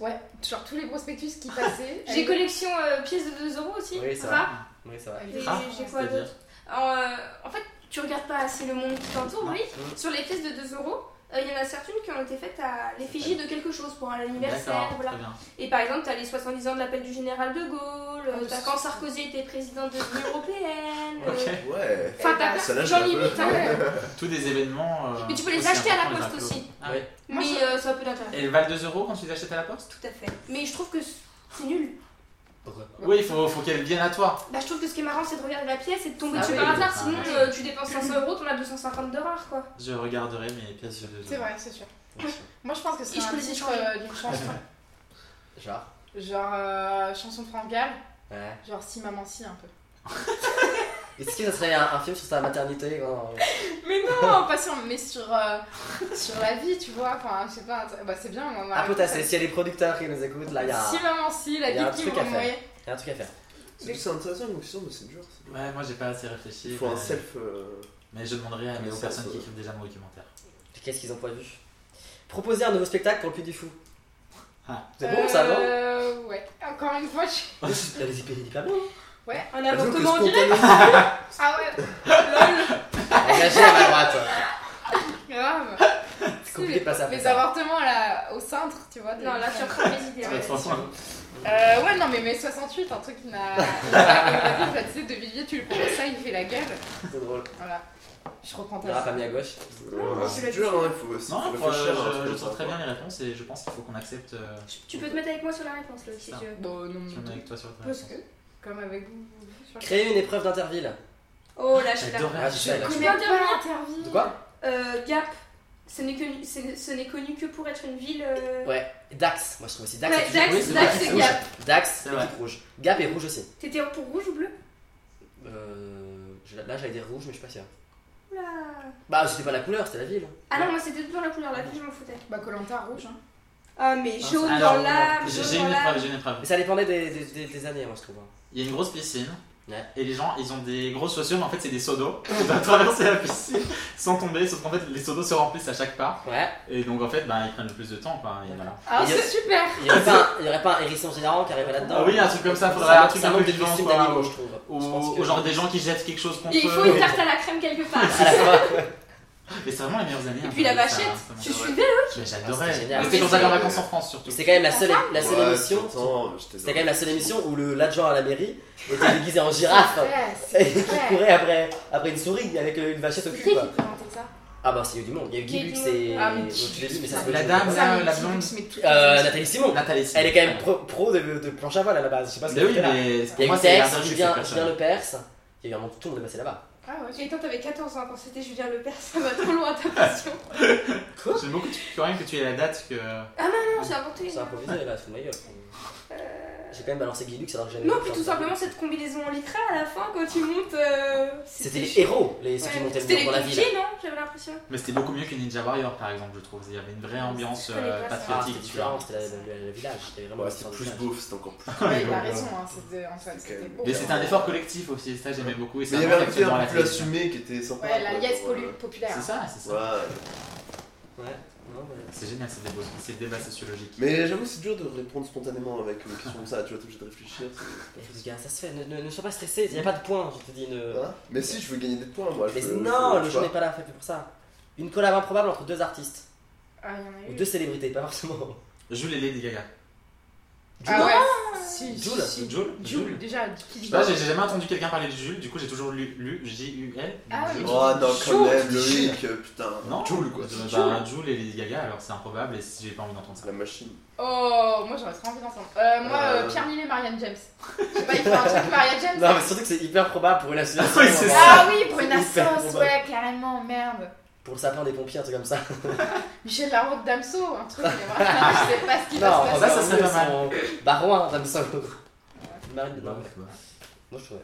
S2: Ouais, genre tous les prospectus qui passaient.
S6: J'ai collection euh, pièces de 2 euros aussi.
S3: Oui, ça
S6: rats.
S3: Oui, c'est vrai.
S2: Elle
S6: Et
S2: est-
S1: Ah,
S6: j'ai quoi
S1: c'est-à-dire
S6: d'autre en, euh, en fait, tu regardes pas assez le monde qui t'entoure, oui. Sur les pièces de 2 euros, euh, il y en a certaines qui ont été faites à l'effigie de quelque chose pour un anniversaire.
S1: D'accord,
S6: Voilà.
S1: très bien.
S6: Et par exemple, t'as les 70 ans de l'appel du général de Gaulle,
S1: Ah,
S6: euh, t'as quand Sarkozy était président de l'Union Européenne. euh,
S1: Ok. Eh
S4: Ouais.
S6: Enfin,
S1: bah,
S6: t'as
S4: Ça,
S6: plein
S4: là,
S6: de
S4: j'ai un
S6: j'en ai
S4: peu-
S6: huit,
S2: Ah
S6: hein.
S1: Tous des événements. euh,
S6: Mais tu peux les
S1: aussi
S6: acheter à la
S1: importants, les
S6: Poste
S1: impôts.
S6: aussi.
S1: Ah
S3: Oui.
S1: ouais.
S2: Moi,
S6: Mais
S2: je-
S6: euh, ça a peu d'intérêt.
S1: Et elles valent 2 euros quand tu les achètes à la Poste
S6: Tout à fait. Mais je trouve que c'est nul.
S3: Pourquoi pas
S1: Oui, il faut, faut qu'elles viennent à toi.
S6: Bah, je trouve que ce qui est marrant, c'est de regarder la pièce et de tomber
S3: Ah
S6: dessus
S3: oui.
S6: par hasard. Sinon,
S1: Ah oui.
S6: euh, tu dépenses 500 euros, t'en as 250 de rare, quoi.
S1: Je regarderai mes pièces de 2 euros.
S2: C'est vrai, c'est sûr.
S3: Ouais,
S2: Moi, je pense que
S6: Et
S2: c'est
S6: je
S2: un
S6: peux les
S2: titre
S6: échanger.
S2: euh, d'une chanson.
S3: Genre
S2: Genre, euh, chanson de France Gall.
S3: Ouais.
S2: Genre, si maman si, un peu.
S3: Est-ce que ça serait un, un film sur sa maternité quand...
S2: Mais non, pas sur, mais sur, euh, sur la vie, tu vois. Enfin, je sais pas, un- bah, c'est bien. On en a
S3: Un peu tassé, si y a des producteurs qui nous écoutent, là, il y, a-
S2: Si maman si, la
S3: y a un
S2: vie qui
S3: truc à faire.
S2: m'envoyait.
S3: y a un truc à faire.
S4: C'est c'est intéressant une question, mais c'est dur. c'est dur.
S1: Ouais, moi j'ai pas assez réfléchi.
S4: Il faut un
S1: mais-
S4: self. euh,
S1: Mais je demanderai à
S4: Mais
S1: mes
S4: on
S1: personnes
S4: pense,
S1: qui
S4: euh,
S1: écrivent déjà mon documentaire.
S3: Qu'est-ce qu'ils ont prévu Proposer un nouveau spectacle pour le Puy du Fou.
S1: Ah.
S3: C'est bon ça, non
S2: Euh, Ouais. Encore une fois, je
S3: T'as des épisodes hyper bons.
S6: Un
S4: J'avoue que
S6: avortement en direct.
S4: spontanément-
S2: Ah ouais, lol,
S3: Engagé à la droite.
S2: grave.
S3: C'est compliqué de passer après
S2: Les
S3: ça.
S2: avortements là, au centre, tu vois. des-
S6: Non, là, tu reprends mes idées.
S1: Ça va
S6: ouais.
S1: être franchement.
S2: Euh, ouais, non, mais mai 68, un truc qui n'a. Vas-y, je vais te de Vivier, tu le prends ça, il fait la gueule.
S3: C'est drôle.
S2: Voilà. Je reprends
S3: On l'aura
S2: ta
S3: pas mis à gauche.
S4: Ouais, C'est dur, hein, il faut aussi.
S1: Non,
S4: faut
S1: faut, euh,
S4: réfléchir, hein,
S1: je,
S4: c'est
S1: je
S4: comme ça,
S1: sens très
S4: quoi.
S1: bien les réponses et je pense qu'il faut qu'on accepte. euh,
S6: Tu peux te mettre avec moi sur la réponse, là, si
S1: Ça.
S6: tu veux.
S2: Bon, non,
S1: Je me mets
S2: mais.
S1: avec toi sur ta
S2: Parce
S1: réponse.
S2: que, comme avec vous. sur-
S3: Créer une épreuve d'interville.
S6: Oh, là, je suis là.
S1: J'adorerais.
S3: Ah, je sais, là,
S6: Tu
S3: je
S6: peux
S3: sais.
S6: bien dire rien.
S2: interview.
S3: De quoi
S6: Euh, Gap, ce n'est connu, c'est- ce n'est connu que pour être une ville. euh,
S3: Ouais. Dax. Moi je trouve aussi Dax.
S6: Ouais,
S3: c'est toujours-
S1: oui,
S6: Dax,
S1: c'est
S6: Dax
S1: vrai.
S6: et
S1: Oui.
S6: Gap.
S3: Dax,
S1: C'est
S3: c'est
S1: vrai.
S3: rouge. Gap est rouge aussi.
S6: T'étais pour rouge ou bleu
S3: Euh, je- là j'allais dire rouge, mais je suis pas sûr.
S6: Oula.
S3: Bah c'était pas la couleur, c'était la ville.
S6: Ah non, moi c'était toujours la couleur, la vie, je m'en foutais.
S2: Bah, Colanta rouge, hein.
S6: Ah, mais
S3: Ah,
S6: jaune
S3: ça-
S6: dans
S3: alors,
S6: l'âme,
S1: J'ai j'ai
S6: jaune dans
S1: une épreuve,
S6: l'âme.
S1: j'ai une épreuve.
S3: Mais ça dépendait des, des, des- des années, moi je trouve. hein.
S1: Il y a une grosse piscine.
S3: Ouais.
S1: Et les gens, ils ont des grosses chaussures, mais en fait, c'est des seaux d'eau. On doit traverser la piscine sans tomber, sauf qu'en fait, les seaux d'eau se remplissent à chaque pas.
S3: Ouais.
S1: Et donc, en fait, bah, ils prennent le plus de temps. Quoi. Et voilà.
S2: Ah,
S3: Et
S2: c'est super
S3: Il y aurait pas, un- il y aurait pas un hérisson général qui arriverait là-dedans.
S1: Ah oui, un truc comme ça, faudrait un
S3: ça,
S1: truc
S3: ça
S1: un peu
S3: manque de
S1: vivant.
S3: costume
S1: quoi.
S3: d'animaux, je trouve.
S1: Ou,
S3: Je pense
S1: ou
S3: que-
S1: genre des gens qui jettent quelque chose contre
S6: Il faut
S1: eux.
S6: une tarte à la crème quelque part.
S3: À la fois.
S1: Mais c'est vraiment les meilleures années.
S6: Et
S1: hein,
S6: puis la
S1: ça,
S6: vachette,
S1: ça,
S6: tu
S1: ça,
S6: suivais
S1: Mais
S3: Ah,
S1: j'adorais.
S3: c'était génial.
S1: Mais C'était
S6: Mais
S1: quand j'allais en
S4: c'est-
S1: vacances en France surtout.
S3: C'est quand même la seule, la seule
S4: Ouais,
S3: émission.
S4: attends, euh, j'étais
S3: C'était quand même la seule émission où le l'adjoint à la mairie était déguisé en girafe
S2: Ouais,
S3: et
S2: c'est
S3: qui courait après, après une souris avec euh, une vachette au
S2: C'est qui
S3: cul.
S2: qui
S3: quoi.
S2: présentait ça
S3: Ah bah c'est eu du monde, il y a eu Guy
S6: Qui
S3: Lux
S6: est du
S3: et
S2: monde Ah, mais
S3: au
S2: qui-
S3: tout début, mais ça se voit,
S1: la
S3: je
S1: dame,
S3: sais pas.
S1: la-
S2: mais
S1: la
S2: qui-
S1: blonde.
S2: mais tout-
S3: Euh, Nathalie Simon,
S1: Nathalie
S3: elle est quand même pro, pro de, de planche à voile à la base, je sais pas ce
S1: Mais
S3: que
S1: Ben oui,
S3: c'est là.
S1: mais
S3: Il
S1: pour
S3: y a
S1: moi,
S3: eu
S1: c'est hein.
S3: Perse,
S1: interdit de
S3: Julien,
S1: faire
S3: Julien
S1: ça.
S3: Le Perse, il y a eu un monde, tout le monde est passé là-bas.
S2: Ah ouais.
S6: Gaëtan, t'avais 14 ans quand c'était Julien Lepers, ça va trop loin ta passion.
S1: J'aime beaucoup que- quand même que tu aies la date que.
S6: Non, j'ai inventé
S3: C'est
S6: une.
S3: improvisé là, sous ma gueule. J'ai quand même balancé Guy Lux alors que j'aimais
S6: Non,
S3: pas
S6: puis
S3: faire
S6: tout
S3: ça.
S6: simplement cette combinaison en lycra à la fin quand tu montes. euh,
S3: C'était les héros, les, ceux qui
S6: Ouais,
S3: montaient
S6: C'était
S3: le
S6: les
S3: mur dans la ville.
S6: pompiers, non J'avais l'impression.
S1: Mais c'était beaucoup mieux que Ninja Warrior par exemple, je trouve. Il y avait une
S2: Ah,
S1: vraie ambiance
S6: Je connais
S1: euh,
S6: pas ça.
S3: Ah, c'était
S1: patriotique, tu
S3: différent,
S1: vois.
S3: c'était la- la- la- le village, c'était vraiment
S4: Ouais,
S3: l'histoire
S4: c'était
S3: du
S4: plus
S3: village.
S4: beau, c'était encore plus.
S2: Ouais, il
S1: Ouais,
S2: a
S1: ouais.
S2: raison, hein, c'était en fait, c'était beau. hein.
S1: Mais c'était un effort collectif aussi, ça j'aimais beaucoup. Et
S4: Mais il y
S1: c'est un
S4: avait un
S1: truc
S4: côté
S1: dans
S4: un
S1: la
S4: peu plus
S1: télé.
S4: assumé qui était sympa.
S2: Ouais, la
S4: quoi. euh,
S2: liesse
S4: Ouais.
S2: populaire.
S1: C'est ça, c'est ça.
S4: Ouais.
S3: Ouais, non, ouais.
S1: C'est génial, c'est débat, c'est débat sociologique.
S4: Mais j'avoue, c'est dur de répondre spontanément avec une question comme ça. Tu vois, t'es obligé de réfléchir.
S3: Mais les gars, ça se fait, ne, ne, ne sois pas stressé, il n'y a pas de points, je te dis. Ne...
S4: c'est- hein mais si, je veux gagner des points, moi. je
S3: Mais
S4: veux-
S3: non,
S4: je veux-
S3: le
S4: tu
S3: jeu
S4: vois.
S3: n'est pas là, fait pour ça. Une collab improbable entre deux artistes,
S2: Ah, il y en a
S3: ou
S2: eu.
S3: deux célébrités, pas forcément.
S1: Jules et Lady Gaga.
S2: Ah ouais Si,
S3: Joule.
S2: si, si.
S1: Jules
S2: Joule, déjà, qui
S1: Je
S2: dit
S1: sais pas, Bah, j'ai j'ai jamais entendu quelqu'un parler de Jules, du coup j'ai toujours lu, lu J-U-L.
S2: Ah oui.
S1: Jules.
S4: Oh non,
S3: Chaud,
S4: quand même,
S3: tu dis
S4: Loïc, putain.
S1: Non.
S4: Joule, quoi.
S1: Euh, Bah, Jules et Lady Gaga, alors c'est improbable et si j'ai pas envie d'entendre ça.
S4: C'est la machine.
S2: Oh, moi j'aurais trop envie d'entendre. Euh, moi,
S4: Euh.
S2: euh, Pierre Millet, Marianne James. Je sais pas, il fait un truc Marianne James.
S3: Non, mais surtout que c'est hyper probable pour une association.
S1: Oui, c'est
S3: euh,
S1: ça.
S2: Ah oui, pour une
S3: C'est hyper
S2: assos,
S3: probable.
S2: ouais, carrément, merde.
S3: Pour le sapin des pompiers, un truc comme ça.
S2: Michel Larocque d'Amso, un truc, mais voilà, je sais pas ce qui va se
S3: Non,
S2: passer.
S1: ça, ça
S3: encore
S1: serait
S3: mieux,
S1: pas mal.
S3: son Barouin, hein, comme ça. Marine, non, mais- moi je trouvais.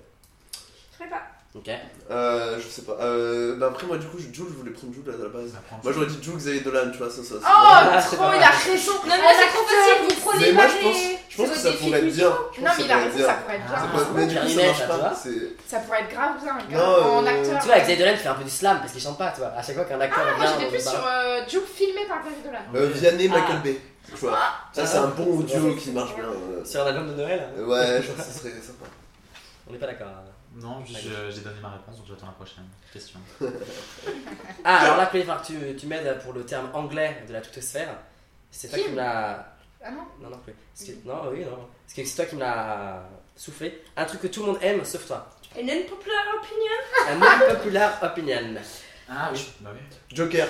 S6: Je sais pas.
S3: Ok.
S4: Euh, je sais pas. Euh, bah après, moi, du coup, Joule, je voulais prendre Joule à la base. Moi, j'aurais dit Joule, Xavier Dolan, tu vois, ça, ça. c'est-
S3: Ah,
S2: Oh,
S3: c'est
S2: trop,
S3: pas
S2: il a
S3: mal.
S2: raison.
S6: Non, mais
S2: Ah,
S6: c'est trop facile, vous prenez
S4: Mais
S6: pas
S4: moi, je pense,
S6: des-
S4: je pense que
S6: Oh, c'est
S4: ça
S6: votre
S4: pourrait être
S6: défi
S4: bien. Je pense
S2: Non, mais il a
S4: que ça pourrait être
S2: raison, ça
S4: bien.
S2: pourrait être
S1: Ah,
S4: Ça
S1: c'est
S2: bien.
S4: pourrait être- Mais du coup, ça
S3: Clarinette,
S4: marche
S3: là, tu vois.
S4: pas. c'est-
S2: Ça pourrait être grave bien, les gars,
S4: Non,
S2: en
S4: euh,
S2: acteur.
S3: Tu vois, avec Zaydolan, il fait un peu du slam parce qu'il chante pas, tu vois. À chaque fois qu'un acteur
S2: Moi,
S3: vient.
S2: j'étais plus Ah,
S3: on-
S2: sur euh, Jules filmé par Xavier Dolan.
S4: Euh, Vianney,
S3: Ah.
S4: Michael Bay. Tu vois. Ça, c'est un bon
S3: C'est
S4: duo qui marche bien. euh.
S3: Sur un album de Noël
S4: Ouais, je pense que ça serait sympa.
S3: On n'est pas d'accord. hein.
S1: Non, je-
S3: Allez.
S1: j'ai donné ma réponse, donc j'attends la prochaine question.
S3: Ah, alors là, Cléphar, tu, tu m'aides pour le terme anglais de la toutosphère. C'est toi qui
S2: Kim.
S3: me l'a.
S2: Ah non
S3: Non, non, plus. C'est- Non, oui, non. Parce que c'est toi qui me l'a soufflé. Un truc que tout le monde aime, sauf toi.
S6: An unpopular opinion.
S3: Un unpopular opinion.
S1: Ah oui, bah oui.
S4: Joker.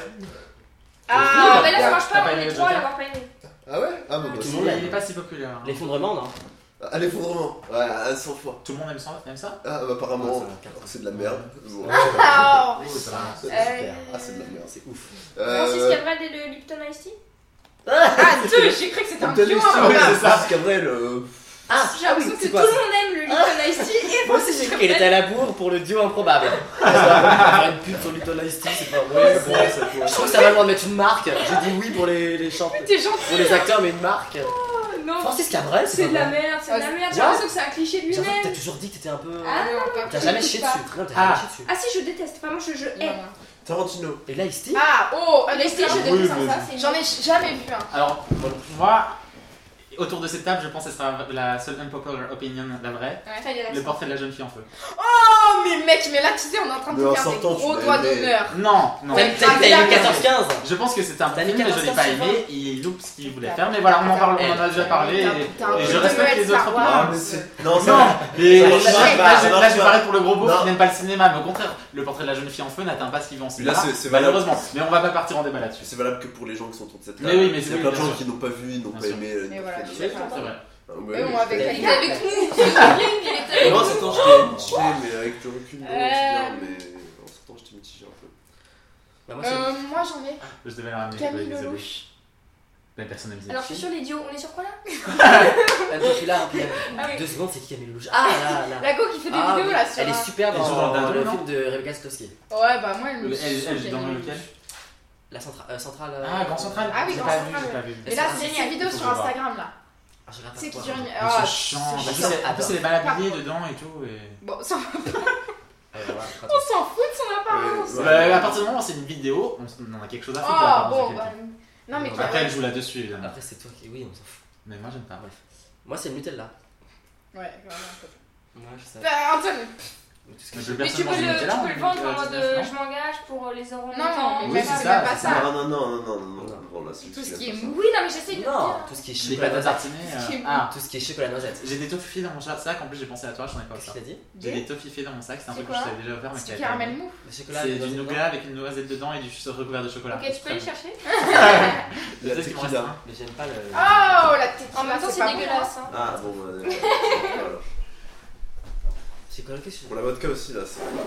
S2: Ah,
S3: non,
S6: mais là, ça
S3: t'as-
S6: marche
S1: t'as
S6: pas,
S1: pas
S6: on
S1: aimé
S6: est
S1: le
S6: trois à
S1: Joker
S6: l'avoir pas aimé.
S4: Ah ouais Ah bon, bah,
S3: Tout le
S4: c'est-
S3: monde
S1: Il est
S3: aime.
S1: pas si populaire. hein.
S3: L'effondrement, non
S4: Ah, l'effondrement. Ouais, à 100 fois.
S1: Tout le monde aime ça, aime ça
S4: Ah, bah, apparemment,
S3: Ah, ça va,
S4: c'est de la merde. Bon.
S2: Oh.
S1: Oh, ça va.
S4: C'est super. Ah, c'est de la merde.
S3: C'est ouf.
S6: Francis
S4: Euh,
S6: Cabrel et le Lipton Ice Tea.
S2: Ah, deux, j'ai cru que c'était un hein.
S4: Anthony
S2: pion
S4: Starr,
S2: avant.
S4: oui,
S2: J'ai
S4: c'est ça. Cabrel, euh,
S3: Ah, ah oui,
S2: l'impression que
S3: c'est
S2: tout
S3: quoi
S2: le
S3: ça
S2: monde aime le
S4: Ah.
S2: Lipton Ice Tea et
S3: Moi aussi, j'ai
S2: Francis
S3: cru qu'elle était à la bourre pour le duo improbable. Parce euh, qu'on va pas faire une pub sur Luton Ice Tea, c'est pas vrai.
S4: c'est bon, c'est bon.
S3: Je trouve que ça va loin de mettre une marque. J'ai dit oui pour les, les chanteurs.
S2: T'es gentil.
S3: Pour les acteurs, mais une marque.
S2: Oh.
S6: Non,
S3: Francis Cabrel,
S6: c'est
S3: c'est
S6: de
S3: pas
S6: la
S3: vrai.
S6: merde, c'est de la merde. J'ai
S3: What
S6: l'impression que Ah, c'est un cliché de
S3: J'ai l'impression que
S6: lui-même.
S3: T'as toujours dit que t'étais un peu.
S6: Ah
S3: T'as jamais chié dessus. Non, t'as jamais
S1: Ah.
S3: chié dessus.
S6: Ah si, je déteste. Vraiment, je, je hais.
S4: Tarantino.
S3: Et là, Ice Tea
S2: Ah, oh,
S6: Les
S2: laissez,
S6: styles, je
S4: Oui,
S6: déteste
S4: mais-
S6: ça. c'est-
S2: J'en ai jamais vu un.
S1: Alors, moi, autour de cette table, je pense que ce sera la seule unpopular opinion, la vraie.
S6: Putain, il y a
S1: Le
S6: l'accent.
S1: portrait de la jeune fille en feu.
S2: Oh, mais mec, mais là, tu sais, on est en train de
S4: Mais en
S2: faire des
S4: sortant, tu
S2: gros
S4: l'as
S2: doigts
S4: aimé.
S2: d'honneur.
S1: Non, non.
S3: T'as
S2: Ah,
S3: t'as-
S2: c'est
S3: t'as eu
S2: la
S3: 14-15
S1: Je pense que c'était un bon
S3: T'as
S1: film,
S3: mis
S1: mais je l'ai pas
S3: 14,
S1: aimé, il loupe ce qu'il voulait faire, mais voilà, on en, parle, on en a déjà parlé,
S2: Putain,
S1: et,
S2: putain,
S1: et je
S2: putain,
S1: respecte
S2: Noël
S1: les autres
S2: Star
S1: opinions.
S2: Wars.
S4: mais c'est- Non,
S1: Non,
S4: ça-
S1: mais
S4: Ça
S1: là,
S4: marche
S1: je-
S4: pas,
S1: là,
S4: ça
S1: je,
S4: marche
S1: là, je
S4: pas.
S1: parlais pour le gros beau
S4: Non.
S1: qui n'aime pas le cinéma, mais au contraire, le portrait de la jeune fille en feu n'atteint pas ce qu'il veut en cinéma.
S4: c'est- c'est valable.
S1: malheureusement, mais on va pas partir en débat là-dessus.
S4: C'est valable que pour les gens qui sont autour de cette
S1: Mais
S4: table.
S1: oui, mais
S4: Il y a
S1: oui,
S4: plein de
S1: bien
S4: gens
S1: sûr.
S4: qui n'ont pas vu, n'ont
S1: Bien
S4: pas
S1: sûr.
S4: aimé. euh,
S2: Mais
S4: n'ont
S2: voilà,
S4: pas fait
S2: c'est
S4: de-
S2: ça.
S1: C'est vrai.
S4: Ah, ouais,
S2: Mais bon,
S4: ouais,
S2: avec
S4: je-
S2: la- il est avec nous.
S4: Mais moi, en sortant, j'étais mitigé, mais avec le recul, non, c'est bien,
S2: Euh.
S4: mais en sortant, j'étais mitigé un peu.
S3: Bah, moi, c'est-
S2: Euh, Moi, j'en ai.
S1: Je devais la ramener.
S6: Camille
S1: oui, désolé.
S6: Lelouch.
S1: Mais personne n'aime ça.
S6: Alors, je suis sur les dios. On est sur quoi là
S3: Un peu plus large, puis, euh,
S6: Ah oui.
S3: Deux secondes, c'est qui Camille Lelouch Ah là là
S2: La go qui fait des
S3: Ah,
S2: vidéos
S3: oui.
S2: là sur.
S3: Elle est
S2: un-
S3: super
S1: Et
S3: dans,
S1: Jordan
S3: dans le
S1: Dolan,
S3: film de Rebecca Stokowski.
S2: Ouais, bah, moi, elle me.
S1: Le- Elle, elle,
S2: saoule,
S1: dans
S2: elle me-
S1: lequel
S3: La centra- euh, centrale. euh,
S1: Ah, Grand Central
S2: Ah oui,
S1: J'ai
S2: Grand
S1: pas vu,
S2: Central,
S1: j'ai pas vu.
S2: Mais là, c'est
S6: Génial.
S2: ces vidéos
S1: Faut
S2: sur
S1: que je vois.
S2: Instagram là.
S3: Ah, je regarde
S2: Tu sais
S3: pas
S2: qui
S3: toi.
S2: durent. une-
S1: Ils sont
S2: Ah,
S1: chiants,
S2: c'est
S1: en plus,
S2: chiant.
S1: elle- en plus elle est mal habillée dedans et tout. Et...
S2: Bon, ça-
S3: Euh, voilà, je crois
S2: on s'en fout de son apparence.
S4: Ouais.
S1: Bah, à partir du moment où c'est une vidéo, on on a quelque chose à foutre. de
S2: Oh,
S1: l'apparence de
S2: bon,
S1: quelqu'un.
S2: bah. Non, mais
S3: Après,
S2: toi,
S1: Après, elle joue
S3: que-
S1: là-dessus, évidemment.
S3: Après, c'est toi qui. Oui, on s'en fout.
S1: Mais moi, j'aime pas.
S3: Moi, c'est le Nutella.
S2: Ouais, vraiment, un peu.
S3: Moi, je sais.
S2: Bah, Antoine,
S1: Je vais
S6: Mais tu
S1: personne
S6: peux
S1: manger
S6: le,
S1: Nutella,
S6: tu peux
S1: on
S6: le
S1: est
S6: vendre en
S1: à
S6: mode
S1: 19,
S6: euh,
S1: non
S6: je m'engage pour euh, les euros.
S2: Non, mais
S1: Oui,
S2: même
S1: c'est
S2: pas,
S1: ça,
S2: même pas
S1: c'est
S2: Ah, ça.
S4: Non, non, non, non, non, non, non, non, là, c'est
S2: Tout ce
S4: c'est
S2: qui est
S4: la
S2: mou.
S6: Oui, non, mais j'essaye de.
S3: Non, tout ce qui est
S1: Je l'ai
S3: chocolat
S1: pas
S3: noisette.
S1: tartiné.
S2: Ce qui est
S1: euh,
S2: mou.
S1: Ah,
S3: Tout ce qui est chocolat noisette.
S1: j'ai des toffifées dans mon cha- sac, en plus j'ai pensé à toi, j'en ai pas
S3: Qu'est-ce
S1: ça.
S3: que t'as dit
S1: J'ai
S2: Des-
S1: des toffifées dans mon sac, c'est un
S2: C'est
S1: truc que je
S2: quoi
S1: t'avais déjà offert, mais
S2: C'est
S1: que
S2: du
S1: t'avais pas
S2: caramel
S1: aimé.
S2: mou.
S3: Le chocolat
S1: C'est du
S3: noisette,
S1: nougat avec une noisette dedans et du sucre recouvert de chocolat.
S6: Ok, tu peux aller chercher
S1: Je sais ce qu'il me reste
S4: tequila.
S1: un.
S3: non Mais j'aime pas le.
S2: Oh, la tête.
S6: En même temps, c'est dégueulasse. hein.
S4: Ah, bon, bah, euh, voilà.
S3: C'est quoi qu'est-ce que
S4: Pour la vodka aussi, là, c'est.
S2: Moi,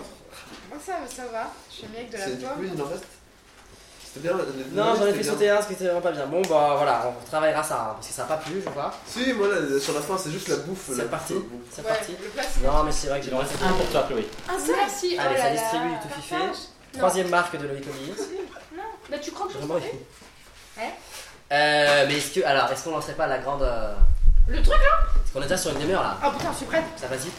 S2: Ah, ça, va, ça va. Je suis mieux avec de la
S4: c'est-
S2: poire.
S4: Oui, il en reste. C'était bien. les-
S3: Non,
S4: les-
S3: j'en ai
S4: c'était
S3: fait
S4: bien.
S3: sauter un, ce qui était vraiment pas bien. Bon, bah voilà, on travaillera ça, hein, parce que ça a pas plu, je crois.
S4: Si, moi, là, sur la fin, c'est juste la bouffe.
S3: C'est
S4: la
S3: parti.
S4: bouffe, la bouffe.
S3: C'est
S2: Ouais,
S3: parti.
S2: le plat, c'est-
S3: Non, mais c'est vrai que j'ai
S1: Il en reste un pour toi, Chloé.
S2: Un seul Merci.
S3: Allez,
S2: oh
S3: ça
S2: là là.
S3: distribue tout fiffé.
S2: Partage.
S3: Troisième marque de Loïc Olivier.
S6: Bah, tu crois que je
S3: Vraiment.
S6: le
S2: Ouais.
S3: Euh, mais est-ce que. Alors, est-ce qu'on lancerait pas la grande. euh,
S2: Le truc.
S3: Parce qu'on est déjà sur une demi-heure là.
S2: Oh putain, je suis prête.
S3: ça va vite.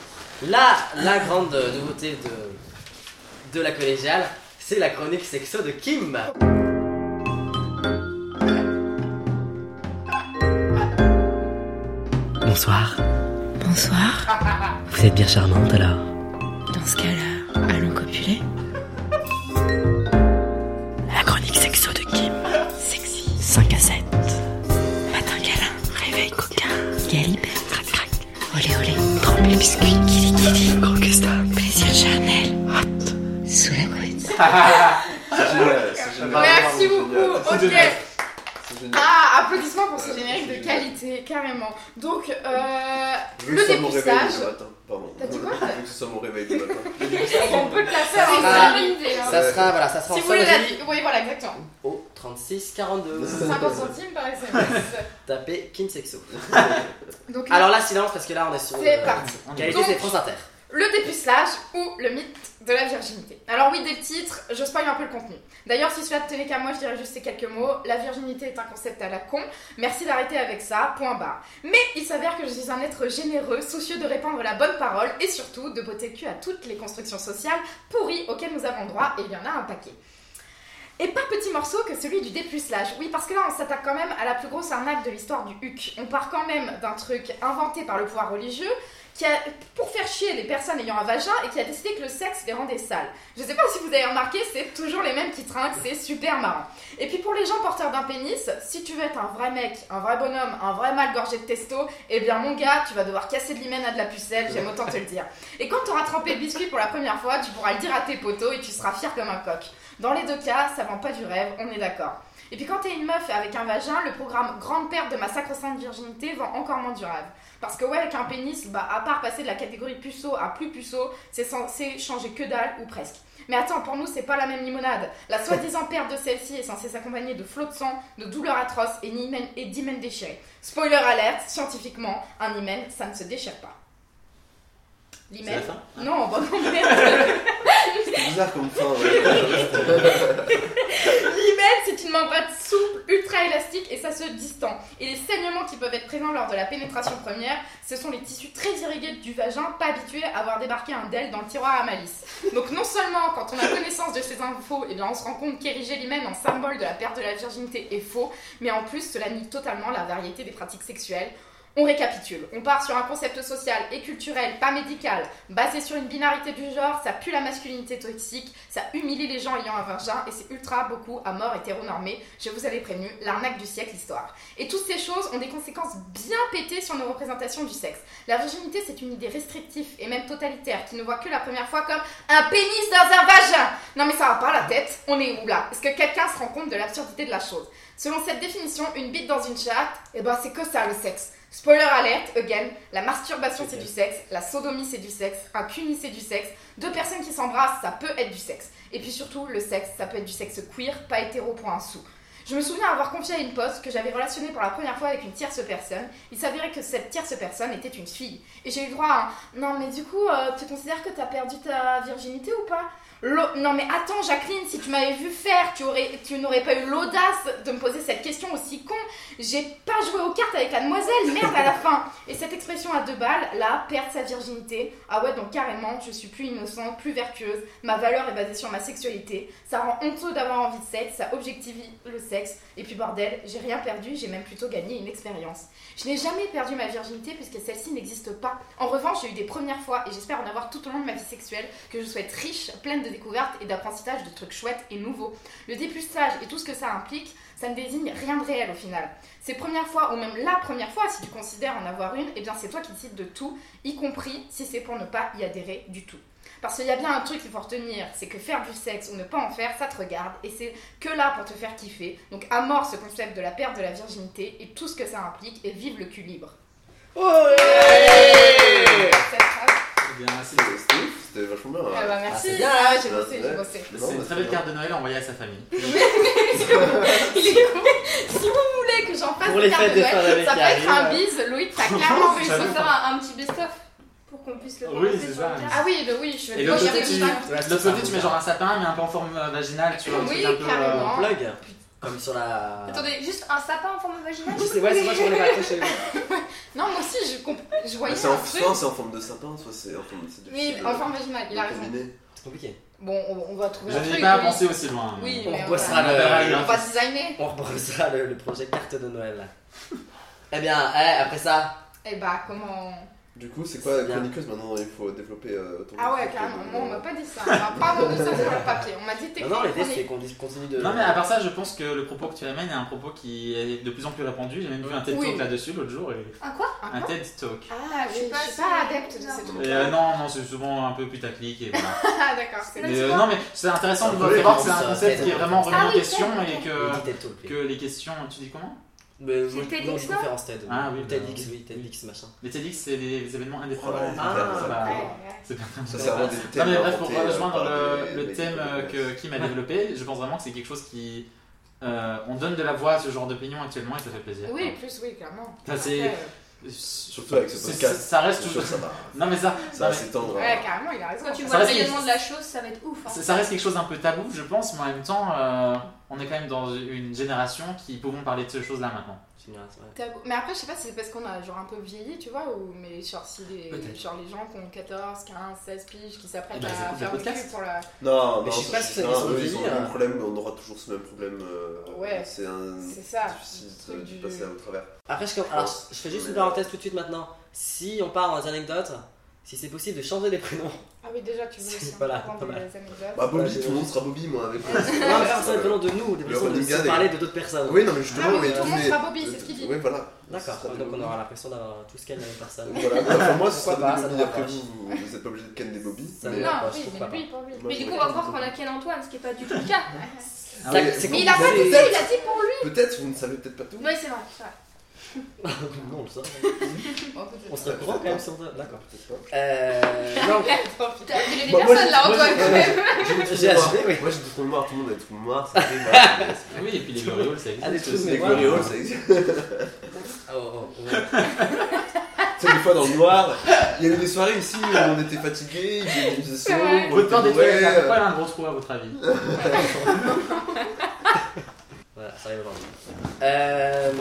S3: Là, la grande euh, nouveauté de, de la collégiale, c'est la chronique sexo de Kim.
S7: Bonsoir.
S8: Bonsoir.
S7: Vous êtes bien charmante alors.
S8: Dans ce cas-là, allons copuler. La chronique sexo de Kim. Sexy. 5 à 7. Matin câlin. Réveil coquin. Galibert. Crac crac. Olé olé. Trempe biscuit. Kili kili. Conquesta. Plaisir charnel. Hot. Sous la couette.
S3: Ah,
S4: Ouais, c'est génial.
S2: Merci
S4: Vraiment
S2: beaucoup.
S4: génial.
S2: Ok.
S4: C'est génial.
S2: Ah, applaudissements pour ce générique
S4: Ouais,
S2: de
S4: c'est
S2: qualité, carrément. Donc, euh,
S4: Je veux
S2: le
S4: que ça me réveille
S2: dépistage.
S4: le matin. Pardon.
S2: T'as dit quoi
S4: Je veux que ça me réveille le matin.
S2: on peut te la faire
S6: C'est
S2: en
S6: une
S3: Ah.
S6: bonne idée. hein.
S3: Ça sera, voilà, ça sera
S2: Si
S3: en
S2: vous voulez la...
S3: sonnerie
S2: Oui, voilà, exactement.
S3: au 3642.
S2: 50 centimes par SMS.
S3: Tapez Kim sexo.
S2: Donc,
S4: Ah,
S3: Alors là, silence parce que là, on est sur.
S2: C'est
S3: euh,
S2: parti.
S1: On y va.
S3: Qualité,
S2: Donc-
S3: c'est France Inter.
S2: Le dépucelage ou le mythe de la virginité. Alors oui, des titres, je spoil un peu le contenu. D'ailleurs, si cela te tenait qu'à moi, je dirais juste ces quelques mots. La virginité est un concept à la con. Merci d'arrêter avec ça, point barre. Mais il s'avère que je suis un être généreux, soucieux de répandre la bonne parole et surtout de botter le cul à toutes les constructions sociales pourries auxquelles nous avons droit, et il y en a un paquet. Et pas petit morceau que celui du dépucelage. Oui, parce que là, on s'attaque quand même à la plus grosse arnaque de l'histoire du HUC. On part quand même d'un truc inventé par le pouvoir religieux qui a, pour faire chier les personnes ayant un vagin et qui a décidé que le sexe les rendait sales. Je sais pas si vous avez remarqué, c'est toujours les mêmes qui trinquent, c'est super marrant. Et puis pour les gens porteurs d'un pénis, si tu veux être un vrai mec, un vrai bonhomme, un vrai mâle gorgé de testo, eh bien mon gars, tu vas devoir casser de l'hymen à de la pucelle, j'aime autant te le dire. Et quand tu auras trempé le biscuit pour la première fois, tu pourras le dire à tes poteaux et tu seras fier comme un coq. Dans les deux cas, ça vend pas du rêve, on est d'accord. Et puis quand t'es une meuf avec un vagin, le programme Grande perte de ma sacro-sainte virginité vend encore moins du rêve. Parce que ouais, avec un pénis, bah à part passer de la catégorie puceau à plus puceau, c'est censé changer que dalle ou presque. Mais attends, pour nous, c'est pas la même limonade. La soi-disant perte de celle-ci est censée s'accompagner de flots de sang, de douleurs atroces et d'hymen- et d'hymen déchirés. Spoiler alerte, scientifiquement, un hymen, ça ne se déchire pas.
S3: C'est la
S2: L'hymen
S3: fin
S2: Non, bah non, merde.
S4: C'est bizarre comme fin, ouais.
S2: L'hymen, c'est une membrane souple, ultra élastique et ça se distend. Et les saignements qui peuvent être présents lors de la pénétration première, ce sont les tissus très irrigués du vagin, pas habitués à avoir débarqué un DEL dans le tiroir à malice. Donc non seulement quand on a connaissance de ces infos, et bien on se rend compte qu'ériger l'hymen en symbole de la perte de la virginité est faux, mais en plus cela nie totalement la variété des pratiques sexuelles. On récapitule, on part sur un concept social et culturel, pas médical, basé sur une binarité du genre, ça pue la masculinité toxique, ça humilie les gens ayant un vagin et c'est ultra beaucoup à mort hétéronormé, je vous avais prévenu, l'arnaque du siècle histoire. Et toutes ces choses ont des conséquences bien pétées sur nos représentations du sexe. La virginité c'est une idée restrictive et même totalitaire qui ne voit que la première fois comme un pénis dans un vagin Non mais ça va pas la tête, on est où là Est-ce que quelqu'un se rend compte de l'absurdité de la chose Selon cette définition, une bite dans une chatte, eh ben c'est que ça le sexe. Spoiler alerte, again, la masturbation c'est du sexe, la sodomie c'est du sexe, un cuni c'est du sexe, deux personnes qui s'embrassent ça peut être du sexe. Et puis surtout, le sexe ça peut être du sexe queer, pas hétéro pour un sou. Je me souviens avoir confié à une pote que j'avais relationnée pour la première fois avec une tierce personne. Il s'avérait que cette tierce personne était une fille. Et j'ai eu droit à un Non, mais du coup, euh, tu considères que t'as perdu ta virginité ou pas L'au- Non, mais attends, Jacqueline, si tu m'avais vu faire, tu, aurais... tu n'aurais pas eu l'audace de me poser cette question aussi con. J'ai pas joué aux cartes avec la demoiselle, merde à la fin. Et cette expression à deux balles, là, perdre sa virginité. Ah ouais, donc carrément, je suis plus innocente, plus vertueuse. Ma valeur est basée sur ma sexualité. Ça rend honteux d'avoir envie de sexe, ça objectivise le sexe. Et puis bordel, j'ai rien perdu, j'ai même plutôt gagné une expérience. Je n'ai jamais perdu ma virginité puisque celle-ci n'existe pas. En revanche, j'ai eu des premières fois et j'espère en avoir tout au long de ma vie sexuelle que je souhaite riche, pleine de découvertes et d'apprentissage de trucs chouettes et nouveaux. Le dépuçage et tout ce que ça implique, ça ne désigne rien de réel au final. Ces premières fois, ou même la première fois, si tu considères en avoir une, eh bien c'est toi qui décides de tout, y compris si c'est pour ne pas y adhérer du tout. Parce qu'il y a bien un truc qu'il faut retenir, c'est que faire du sexe ou ne pas en faire, ça te regarde, et c'est que là pour te faire kiffer. Donc à mort ce concept de la perte de la virginité et tout ce que ça implique, et vive le cul libre. Cette phrase,
S1: Eh bien, c'est le
S4: C'était ouf, c'était vachement bien.
S2: ah
S4: ouais.
S2: bah merci,
S3: c'est bien, hein.
S2: ah, j'ai
S4: ça,
S2: bossé, j'ai
S4: ouais.
S2: bossé.
S4: Non,
S3: C'est une
S4: bah,
S3: très belle
S4: bien.
S3: carte de Noël envoyée à sa famille.
S2: Il est con. si vous voulez que j'en fasse
S3: Pour
S2: des
S3: les
S2: cartes
S3: fêtes
S2: de
S3: de fin
S2: Noël,
S3: d'année
S2: ça peut
S3: qui
S2: être un
S3: arrivent.
S2: bise, Louis, t'as clairement
S1: J'avoue.
S2: réussi.
S6: On va faire un, un petit best-of pour qu'on puisse le
S1: Oui,
S6: commenter
S1: c'est
S6: sur
S1: ça.
S6: le chat.
S2: Ah oui, le oui, je
S3: Et
S2: vais
S3: de
S2: pas
S3: l'autre
S2: regarder
S3: côté,
S2: le
S3: tu,
S2: chat.
S3: de l'autre côté, tu mets genre un sapin, mais un peu en forme euh, vaginale, tu vois, un
S2: Oui,
S3: truc un peu.
S2: carrément.
S3: euh,
S2: Plug.
S3: Comme sur la.
S6: Attendez, juste un sapin en forme vaginale
S3: Je sais, ouais, c'est moi, je m'en ai pas accroché.
S2: Non, moi aussi, je, comp- je voyais
S4: Mais Ah, c'est
S2: un
S4: en,
S2: truc.
S4: soit c'est en forme de sapin, soit c'est en forme de. c'est
S2: Oui,
S4: difficile
S2: enfin, vaginal, il a
S4: de
S2: raison.
S4: combiner.
S3: C'est compliqué.
S2: Bon, on, on va trouver
S1: Je
S2: un truc.
S1: n'ai pas
S2: oui.
S1: pensé aussi loin.
S2: Oui,
S3: On
S2: mais on
S3: rebossera
S1: va-
S3: le.
S2: On va designer.
S3: On rebrossera le, le projet carte de Noël là. eh bien, eh, après ça,
S2: Et bah, comment.
S4: Du coup, c'est quoi la
S3: C'est bien.
S4: chroniqueuse maintenant Il faut développer euh, ton.
S2: Ah ouais,
S4: concept,
S2: carrément.
S4: euh,
S2: Moi, on m'a pas dit ça. On m'a pas vendu ça sur le papier. On m'a dit
S3: non, non, l'idée
S2: technique.
S3: c'est
S2: chronique.
S3: qu'on dis- continue de.
S1: Non mais à part ça, je pense que le propos que tu amènes est un propos qui est de plus en plus répandu. J'ai même vu un TED Talk
S2: Oui.
S1: là-dessus l'autre jour. Et...
S6: Un quoi
S1: Un TED Talk.
S2: Ah,
S6: Je
S2: oui,
S6: suis pas
S2: je suis pas
S6: assez-
S2: adepte de ces
S6: Non.
S1: Et
S2: trucs.
S1: euh, non, non, c'est souvent un peu putaclic et voilà.
S2: Ah, d'accord, c'est
S6: Non,
S1: Mais,
S6: c'est
S1: euh,
S6: pas-
S1: non mais c'est intéressant de
S3: Ça peut
S1: voir que c'est
S3: être
S1: un
S3: ça,
S1: concept
S3: peut-être.
S1: qui est vraiment remis
S6: Ah
S1: en
S6: oui,
S1: question
S6: peut-être,
S1: et
S3: Le
S1: que,
S3: TED Talk. oui.
S1: que les questions, tu dis comment
S3: Mais moi,
S6: le TEDx,
S3: non, je
S6: non
S3: conférence TED.
S1: Ah oui,
S3: Ou TEDx,
S1: bah,
S3: oui, TEDx machin.
S1: Les TEDx c'est des, des événements indépendants.
S4: Oh là là,
S1: Ah,
S4: c'est
S2: Ouais,
S1: bah,
S4: vrai.
S2: ouais.
S1: c'est pas
S4: Ça, c'est vraiment des
S1: Non
S4: thèmes
S1: mais bref, pour
S4: inventés, euh,
S1: rejoindre
S4: par des
S1: le, le
S4: mecs
S1: thème
S4: qui
S1: euh, que
S4: connaissent.
S1: Kim a développé, je pense vraiment que c'est quelque chose qui... euh, on donne de la voix à ce genre d'opinion actuellement et ça fait plaisir.
S2: Oui, plus, oui, clairement.
S1: Ça, c'est-
S2: Après, euh,
S1: Surtout
S4: Surtout avec ce podcast.
S1: Ça reste
S4: C'est sûr,
S1: toujours...
S4: ça va.
S1: Non mais ça...
S4: Ça hein. va
S1: non, mais-
S4: s'étendre.
S2: euh, Ouais, carrément, il a raison.
S6: Quand tu
S1: Ça
S6: vois le
S1: reste-
S6: rayonnement de la chose, ça va être ouf. hein.
S1: Ça ça reste quelque chose d'un peu tabou, je pense, mais en même temps, euh, on
S9: on est quand même dans une génération qui pouvons parler de ces choses-là maintenant.
S3: Génération, ouais.
S2: Tabou. Mais après, je sais pas si c'est parce qu'on a genre un peu vieilli, tu vois, ou mais genre si les,
S3: Peut-être.
S2: genre les gens qui ont 14, 15, 16 piges qui s'apprêtent
S9: Eh ben, ils
S2: à
S9: écoutent
S2: faire
S9: le
S2: du
S9: podcast.
S2: cul pour la.
S4: Non,
S3: Mais
S4: non,
S3: je sais pas si ça
S4: non,
S3: les ont
S4: eux, ils ont
S3: dit,
S4: le même
S3: hein.
S4: problème, on aura toujours ce même problème. euh,
S2: Ouais,
S4: C'est un.
S2: C'est ça.
S4: difficile
S2: le
S4: de,
S2: truc
S4: de
S2: du-
S4: passer au travers.
S3: Après, je, com- alors, je fais juste une parenthèse tout de suite maintenant. Si on part dans les anecdotes, si c'est possible de changer les prénoms.
S2: Ah oui, déjà, tu
S3: C'est
S2: voulais aussi
S3: pas là,
S2: entendre
S3: pas mal.
S2: des anecdotes.
S4: Bah, Bobby,
S3: j'ai-
S4: tout le monde sera Bobby, moi, avec moi.
S3: Non, mais faire ça le prénom de nous, des
S4: Le
S3: personnes, de
S4: running gag
S3: sans
S4: est-
S3: parler de d'autres personnes.
S4: Oui, non, mais
S2: Ah
S4: justement,
S2: oui,
S4: mais
S2: tout le monde
S4: les-
S2: sera Bobby, c'est ce qu'il dit.
S4: Oui, voilà.
S3: D'accord,
S4: Ce sera
S3: donc
S4: des
S3: on
S4: Bobby.
S3: aura l'impression d'avoir tous calme la même personne.
S4: Voilà, bah, pour moi, ce sera
S3: Pourquoi pas,
S4: des
S3: ça
S4: Bobby.
S3: devrait
S4: Après,
S3: pas.
S4: vous, vous vous êtes pas obligé de ken des Bobby.
S3: Ça
S4: mais-
S3: va.
S2: Non,
S3: bah, je
S2: oui,
S3: trouve
S2: mais
S3: pas.
S2: lui, pas lui.
S4: Moi,
S6: Mais
S4: je
S6: du coup,
S4: vais
S6: on va
S4: ken
S6: croire
S4: des
S6: qu'on a
S4: Bobby.
S6: Ken Antoine, ce qui est pas du tout le cas.
S3: Ça,
S4: Ah oui,
S3: c'est
S2: Mais il a pas
S3: compliqué.
S2: dit ça, il a dit pour lui.
S4: Peut-être, vous ne savez peut-être pas tout.
S6: Oui, c'est vrai, c'est vrai.
S3: Non, on le sort.
S2: Oh,
S3: On serait au courant quand même si on doit- D'accord.
S4: Peut-être pas.
S3: Euh. Non,
S6: T'as appelé des
S4: Bah, moi,
S6: personnes
S4: j'ai-
S6: là,
S4: moi, j'ai-
S6: Antoine, quand même.
S3: j'ai acheté, oui.
S4: Moi, j'ai des trous de mémoire, tout le monde a des trous de mémoire, ça fait mal, mais c'est-
S9: Oui, et puis les Glorioles, ça
S3: Ah, des
S9: existe.
S3: trucs,
S9: aussi.
S3: mais
S4: Les
S3: voilà.
S4: Glorioles, ça existe.
S3: Oh, oh, oh.
S4: Tu sais, des fois dans le noir, il y a eu des soirées ici où on était fatigué, il faisait- il faisait
S2: C'est
S4: sombre,
S2: vrai.
S4: on
S9: Votre peur des
S4: était
S9: toilettes,
S4: bourré,
S9: ça fait
S4: euh,
S9: pas là un gros trou à votre avis
S3: Voilà, ça arrive aujourd'hui. Euh.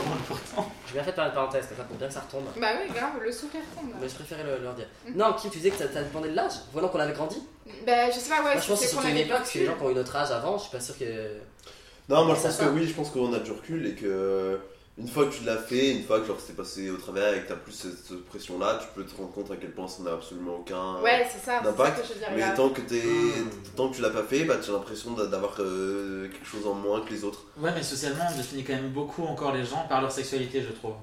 S3: Je vais bien fait de faire une parenthèse, comme ça pour bien que ça retombe.
S2: Bah oui, grave, le sourire tombe.
S3: Mais je préférais le, leur dire.
S2: Mm.
S3: Non, Kim, tu disais que ça, ça dépendait de l'âge. Voilà qu'on avait grandi.
S2: Bah, je sais pas, ouais,
S3: Moi, je pense que
S2: c'est
S3: c'est
S2: qu'on
S3: surtout une
S2: avait
S3: époque, parce que les
S2: plus.
S3: gens qui ont eu notre âge avant, je suis pas sûr que.
S4: Non, moi je
S3: Ça
S4: pense que
S3: va.
S4: oui, je pense qu'on a du recul et que euh, une fois que tu l'as fait, une fois que genre c'est passé au travers et que t'as plus cette, cette pression-là, tu peux te rendre compte à quel point ça n'a absolument aucun.
S2: Ouais, c'est ça, c'est ça
S4: D'impact,
S2: que je veux dire.
S4: Mais
S2: là.
S4: tant que t'es,
S3: Hmm.
S4: tant que tu l'as pas fait, bah t'as l'impression d'a- d'avoir euh, quelque chose en moins que les autres.
S9: Ouais, mais socialement, on définit quand même beaucoup encore les gens par leur sexualité, je trouve.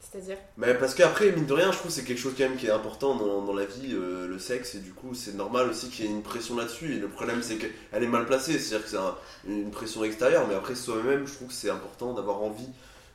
S2: C'est-à-dire.
S4: Mais Bah, parce qu'après, mine de rien, je trouve que c'est quelque chose quand même qui est important dans, dans la vie, euh, le sexe, et du coup c'est normal aussi qu'il y ait une pression là-dessus. Et le problème c'est qu'elle est mal placée, c'est-à-dire que c'est un- une pression extérieure, mais après soi-même, je trouve que c'est important d'avoir envie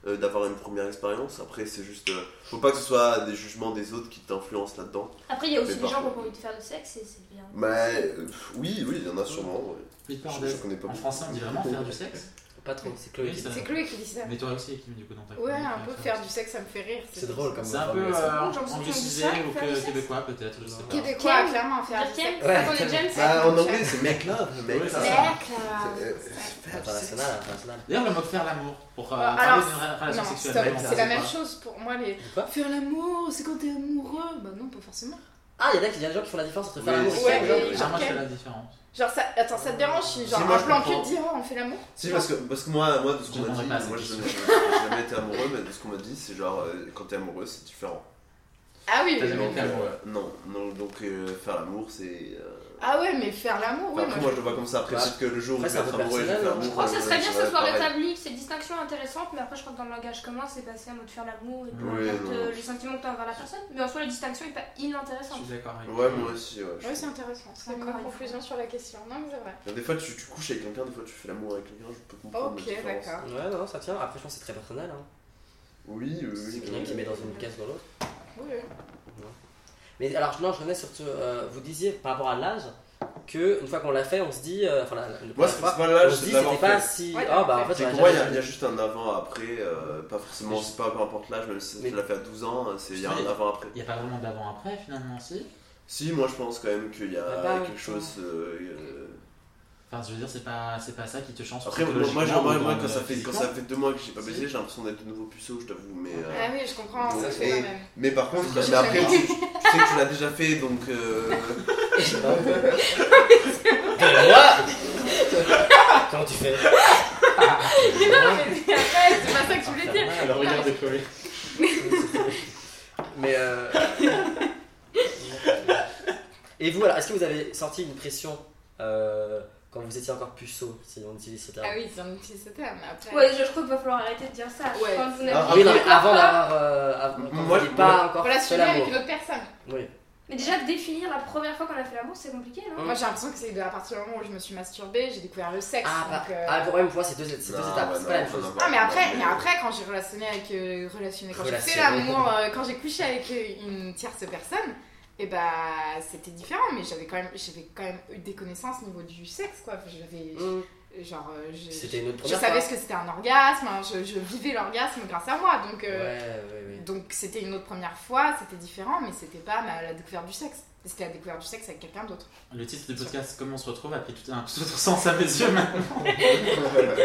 S4: euh, d'avoir une première expérience. Après, c'est juste, euh, faut pas que ce soit des jugements des autres qui t'influencent là-dedans.
S6: Après, il y a
S4: Mais
S6: aussi des
S4: par
S6: gens qui
S4: contre-
S6: ont envie de faire du sexe et c'est bien.
S4: Mais euh, pff, oui, oui, il y en a sûrement. ouais.
S9: Petite
S4: Je,
S9: parenthèse.
S4: je connais pas.
S9: En
S4: beaucoup.
S9: français, on dit vraiment faire du sexe
S3: Pas trop, c'est Chloé.
S9: Oui,
S3: qui-
S9: ça-
S2: C'est Chloé qui dit ça.
S9: Mais toi aussi, Kim, du coup, dans ta
S2: Ouais,
S9: chronique, euh,
S2: un peu faire du sexe, ça me fait rire.
S3: C'est drôle comme
S9: C'est un peu
S3: formulation.
S9: euh,
S2: Genre, si tu
S9: anglicisé
S2: me dis ça,
S9: ou
S2: faire du
S9: que
S2: sexe.
S9: québécois, peut-être, je sais pas.
S2: Québécois,
S6: Ken.
S2: clairement, faire du
S6: Dire Ken.
S2: sexe.
S3: Ouais.
S2: Attendez, James.
S4: Bah, en
S2: attends,
S4: anglais, c'est make love, mec.
S9: Ouais, ça,
S4: love.
S9: c'est-
S2: Mec,
S4: C'est-
S2: là.
S4: euh, c'est faire du sexe.
S3: International, international.
S9: D'ailleurs, le mot faire l'amour, pour euh,
S2: Bah,
S9: parler
S2: alors,
S9: d'une
S1: Ah,
S9: ré- relation
S2: Non,
S9: sexuelle.
S2: stop,
S9: mais on
S2: c'est la
S9: sait
S2: même
S9: pas.
S2: chose pour moi. les
S3: Quoi
S2: Faire l'amour, c'est quand t'es amoureux. Bah non, pas forcément.
S3: Ah, il y en a qui- y a des gens qui font la différence entre faire
S4: Oui,
S3: l'amour et
S4: c'est
S3: faire
S2: Ouais,
S3: le
S4: vrai.
S9: Ah,
S2: mais-
S3: genre.
S9: moi, je
S2: Ok.
S9: fais la différence.
S2: Genre, ça... attends, ça te dérange si, genre,
S4: Si, moi,
S2: un
S4: je
S2: plan
S4: comprends.
S2: cul te dit oh, on fait l'amour
S4: Si, parce que, parce que moi, moi, de ce qu'on m'a
S9: J'aimerais
S4: dit,
S9: pas,
S4: moi,
S9: cette
S4: je n'ai jamais été amoureux, mais de ce qu'on m'a dit, c'est genre, euh, quand t'es amoureux, c'est différent. Euh,
S2: Ah oui,
S9: T'as
S2: oui,
S9: jamais
S2: oui.
S9: été amoureux.
S4: Non, non donc euh, faire l'amour, c'est. euh,
S2: Ah ouais, mais faire l'amour,
S4: enfin,
S2: oui.
S4: après,
S2: moi,
S4: moi, je le vois comme ça. Après,
S3: Bah,
S4: peut-être que le jour où je
S3: après, c'est
S4: vais
S3: un
S4: être
S3: peu
S4: amoureux et je vais
S3: personnel,
S4: faire
S3: hein.
S4: l'amour.
S6: Je crois que Oh, ça
S4: euh,
S6: serait bien que ce
S4: va
S6: soit
S4: pareil.
S6: rétabli, que cette distinction est intéressante, mais après je crois que dans le langage commun c'est passé à mot de faire l'amour et peu
S4: Oui,
S6: importe
S4: non.
S6: euh, les sentiments que t'as envers la personne. Mais en soi la distinction est pas
S9: Je suis
S6: inintéressante.
S9: d'accord avec
S4: Ouais, moi aussi, ouais. je
S2: je... Ouais,
S4: trouve.
S2: c'est intéressant. C'est une
S6: D'accord, il faut-
S2: confusion sur la question. Non, mais c'est vrai.
S4: Des fois, tu, tu couches avec quelqu'un, des fois, tu fais l'amour avec quelqu'un, je peux comprendre.
S2: Ok,
S4: la différence.
S2: d'accord.
S3: Ouais, non, ça tient. Après, je pense que c'est très personnel. Hein.
S4: Oui, oui, oui.
S3: C'est quelqu'un qui met dans une case ou dans l'autre.
S2: Oui, oui.
S3: Mais alors, non, je revenais sur. ce- euh, vous disiez par rapport à l'âge que une fois qu'on l'a fait, on se dit. euh, Enfin, la, la- la
S4: Moi,
S3: première
S4: c'est
S3: fois,
S4: pas
S3: on
S4: l'âge,
S3: se
S4: c'est
S3: dit
S4: de l'avoir
S3: c'était
S4: fait.
S3: pas si.
S2: Ouais,
S3: Ah, bah en fait, on
S4: C'est que
S3: l'a
S4: pour moi, il y,
S3: jamais
S4: a- il y
S3: fait.
S4: a juste un avant-après, euh, pas forcément, c'est pas peu importe l'âge, même si
S3: Mais-
S4: tu l'as fait à 12 ans, c'est- il y a
S9: Mais-
S4: un avant-après.
S9: Il n'y a pas vraiment d'avant-après, finalement, si.
S4: Si, moi je pense quand même qu'il y a
S3: Ah bah,
S4: quelque chose. euh, euh,
S9: Enfin, je veux dire, c'est pas, c'est pas ça qui te change
S4: Après, moi, moi,
S9: psychologiquement
S4: genre, moi,
S9: ou
S4: moi,
S9: dans
S4: quand, ça
S9: le
S4: fait, quand
S9: physiquement.
S4: ça fait deux mois que j'ai pas
S9: Si.
S4: baisé, j'ai l'impression d'être de nouveau puceau, je t'avoue. Mais, euh,
S2: Ah oui, je comprends.
S4: Donc,
S2: ça,
S4: et-
S2: c'est la même.
S4: mais par contre,
S2: Je
S4: mais après,
S2: savais.
S4: tu, tu sais que tu l'as déjà fait donc. euh,
S3: Comment tu fais
S2: Mais non, mais arrête, c'est pas ça que je voulais dire.
S9: Le regard de Chloé.
S3: Mais euh... Et vous, alors, est-ce que vous avez senti une pression euh, quand vous étiez encore puceau, si on utilise ce terme
S2: Ah oui, c'est un petit ce terme, mais après.
S6: Ouais, je crois qu'il va falloir arrêter de dire ça.
S2: Ouais.
S6: Quand vous
S4: Ah,
S6: n'avez
S3: Ah oui, non, mais avant d'avoir. euh, avant- quand
S4: Moi,
S3: vous n'avez
S4: je-
S3: pas encore fait
S2: Relationner avec
S3: l'amour.
S2: une autre personne.
S3: Oui.
S6: Mais déjà définir la première fois qu'on a fait l'amour c'est compliqué non
S2: Moi, j'ai l'impression que c'est de- à partir du moment où je me suis masturbée, j'ai découvert le sexe.
S3: Ah, bah,
S2: donc, euh,
S3: ah, pour moi, pour moi, c'est deux, c'est deux
S4: non,
S3: étapes,
S4: ouais,
S3: c'est
S4: non,
S3: pas la même
S4: non,
S3: chose.
S4: non,
S2: Ah mais
S4: non,
S2: après, mais après quand j'ai relationné avec euh, relationné quand j'ai fait
S3: Relationné.
S2: l'amour euh, quand j'ai couché avec euh, une tierce personne et bah c'était différent mais j'avais quand même j'avais quand même eu des connaissances au niveau du sexe quoi j'avais
S3: Hum,
S4: Mm.
S2: genre euh, je,
S3: C'était une autre
S2: je
S3: première
S2: savais ce
S3: fois.
S2: que c'était un orgasme hein, je, je vivais l'orgasme grâce à moi donc euh,
S3: Ouais, ouais, ouais.
S2: donc c'était une autre première fois c'était différent mais c'était pas ma- la découverte du sexe Parce qu'il a découvert du sexe avec quelqu'un d'autre.
S9: Le titre du podcast, Comment on se retrouve, a pris tout un tout autre sens à mes yeux maintenant.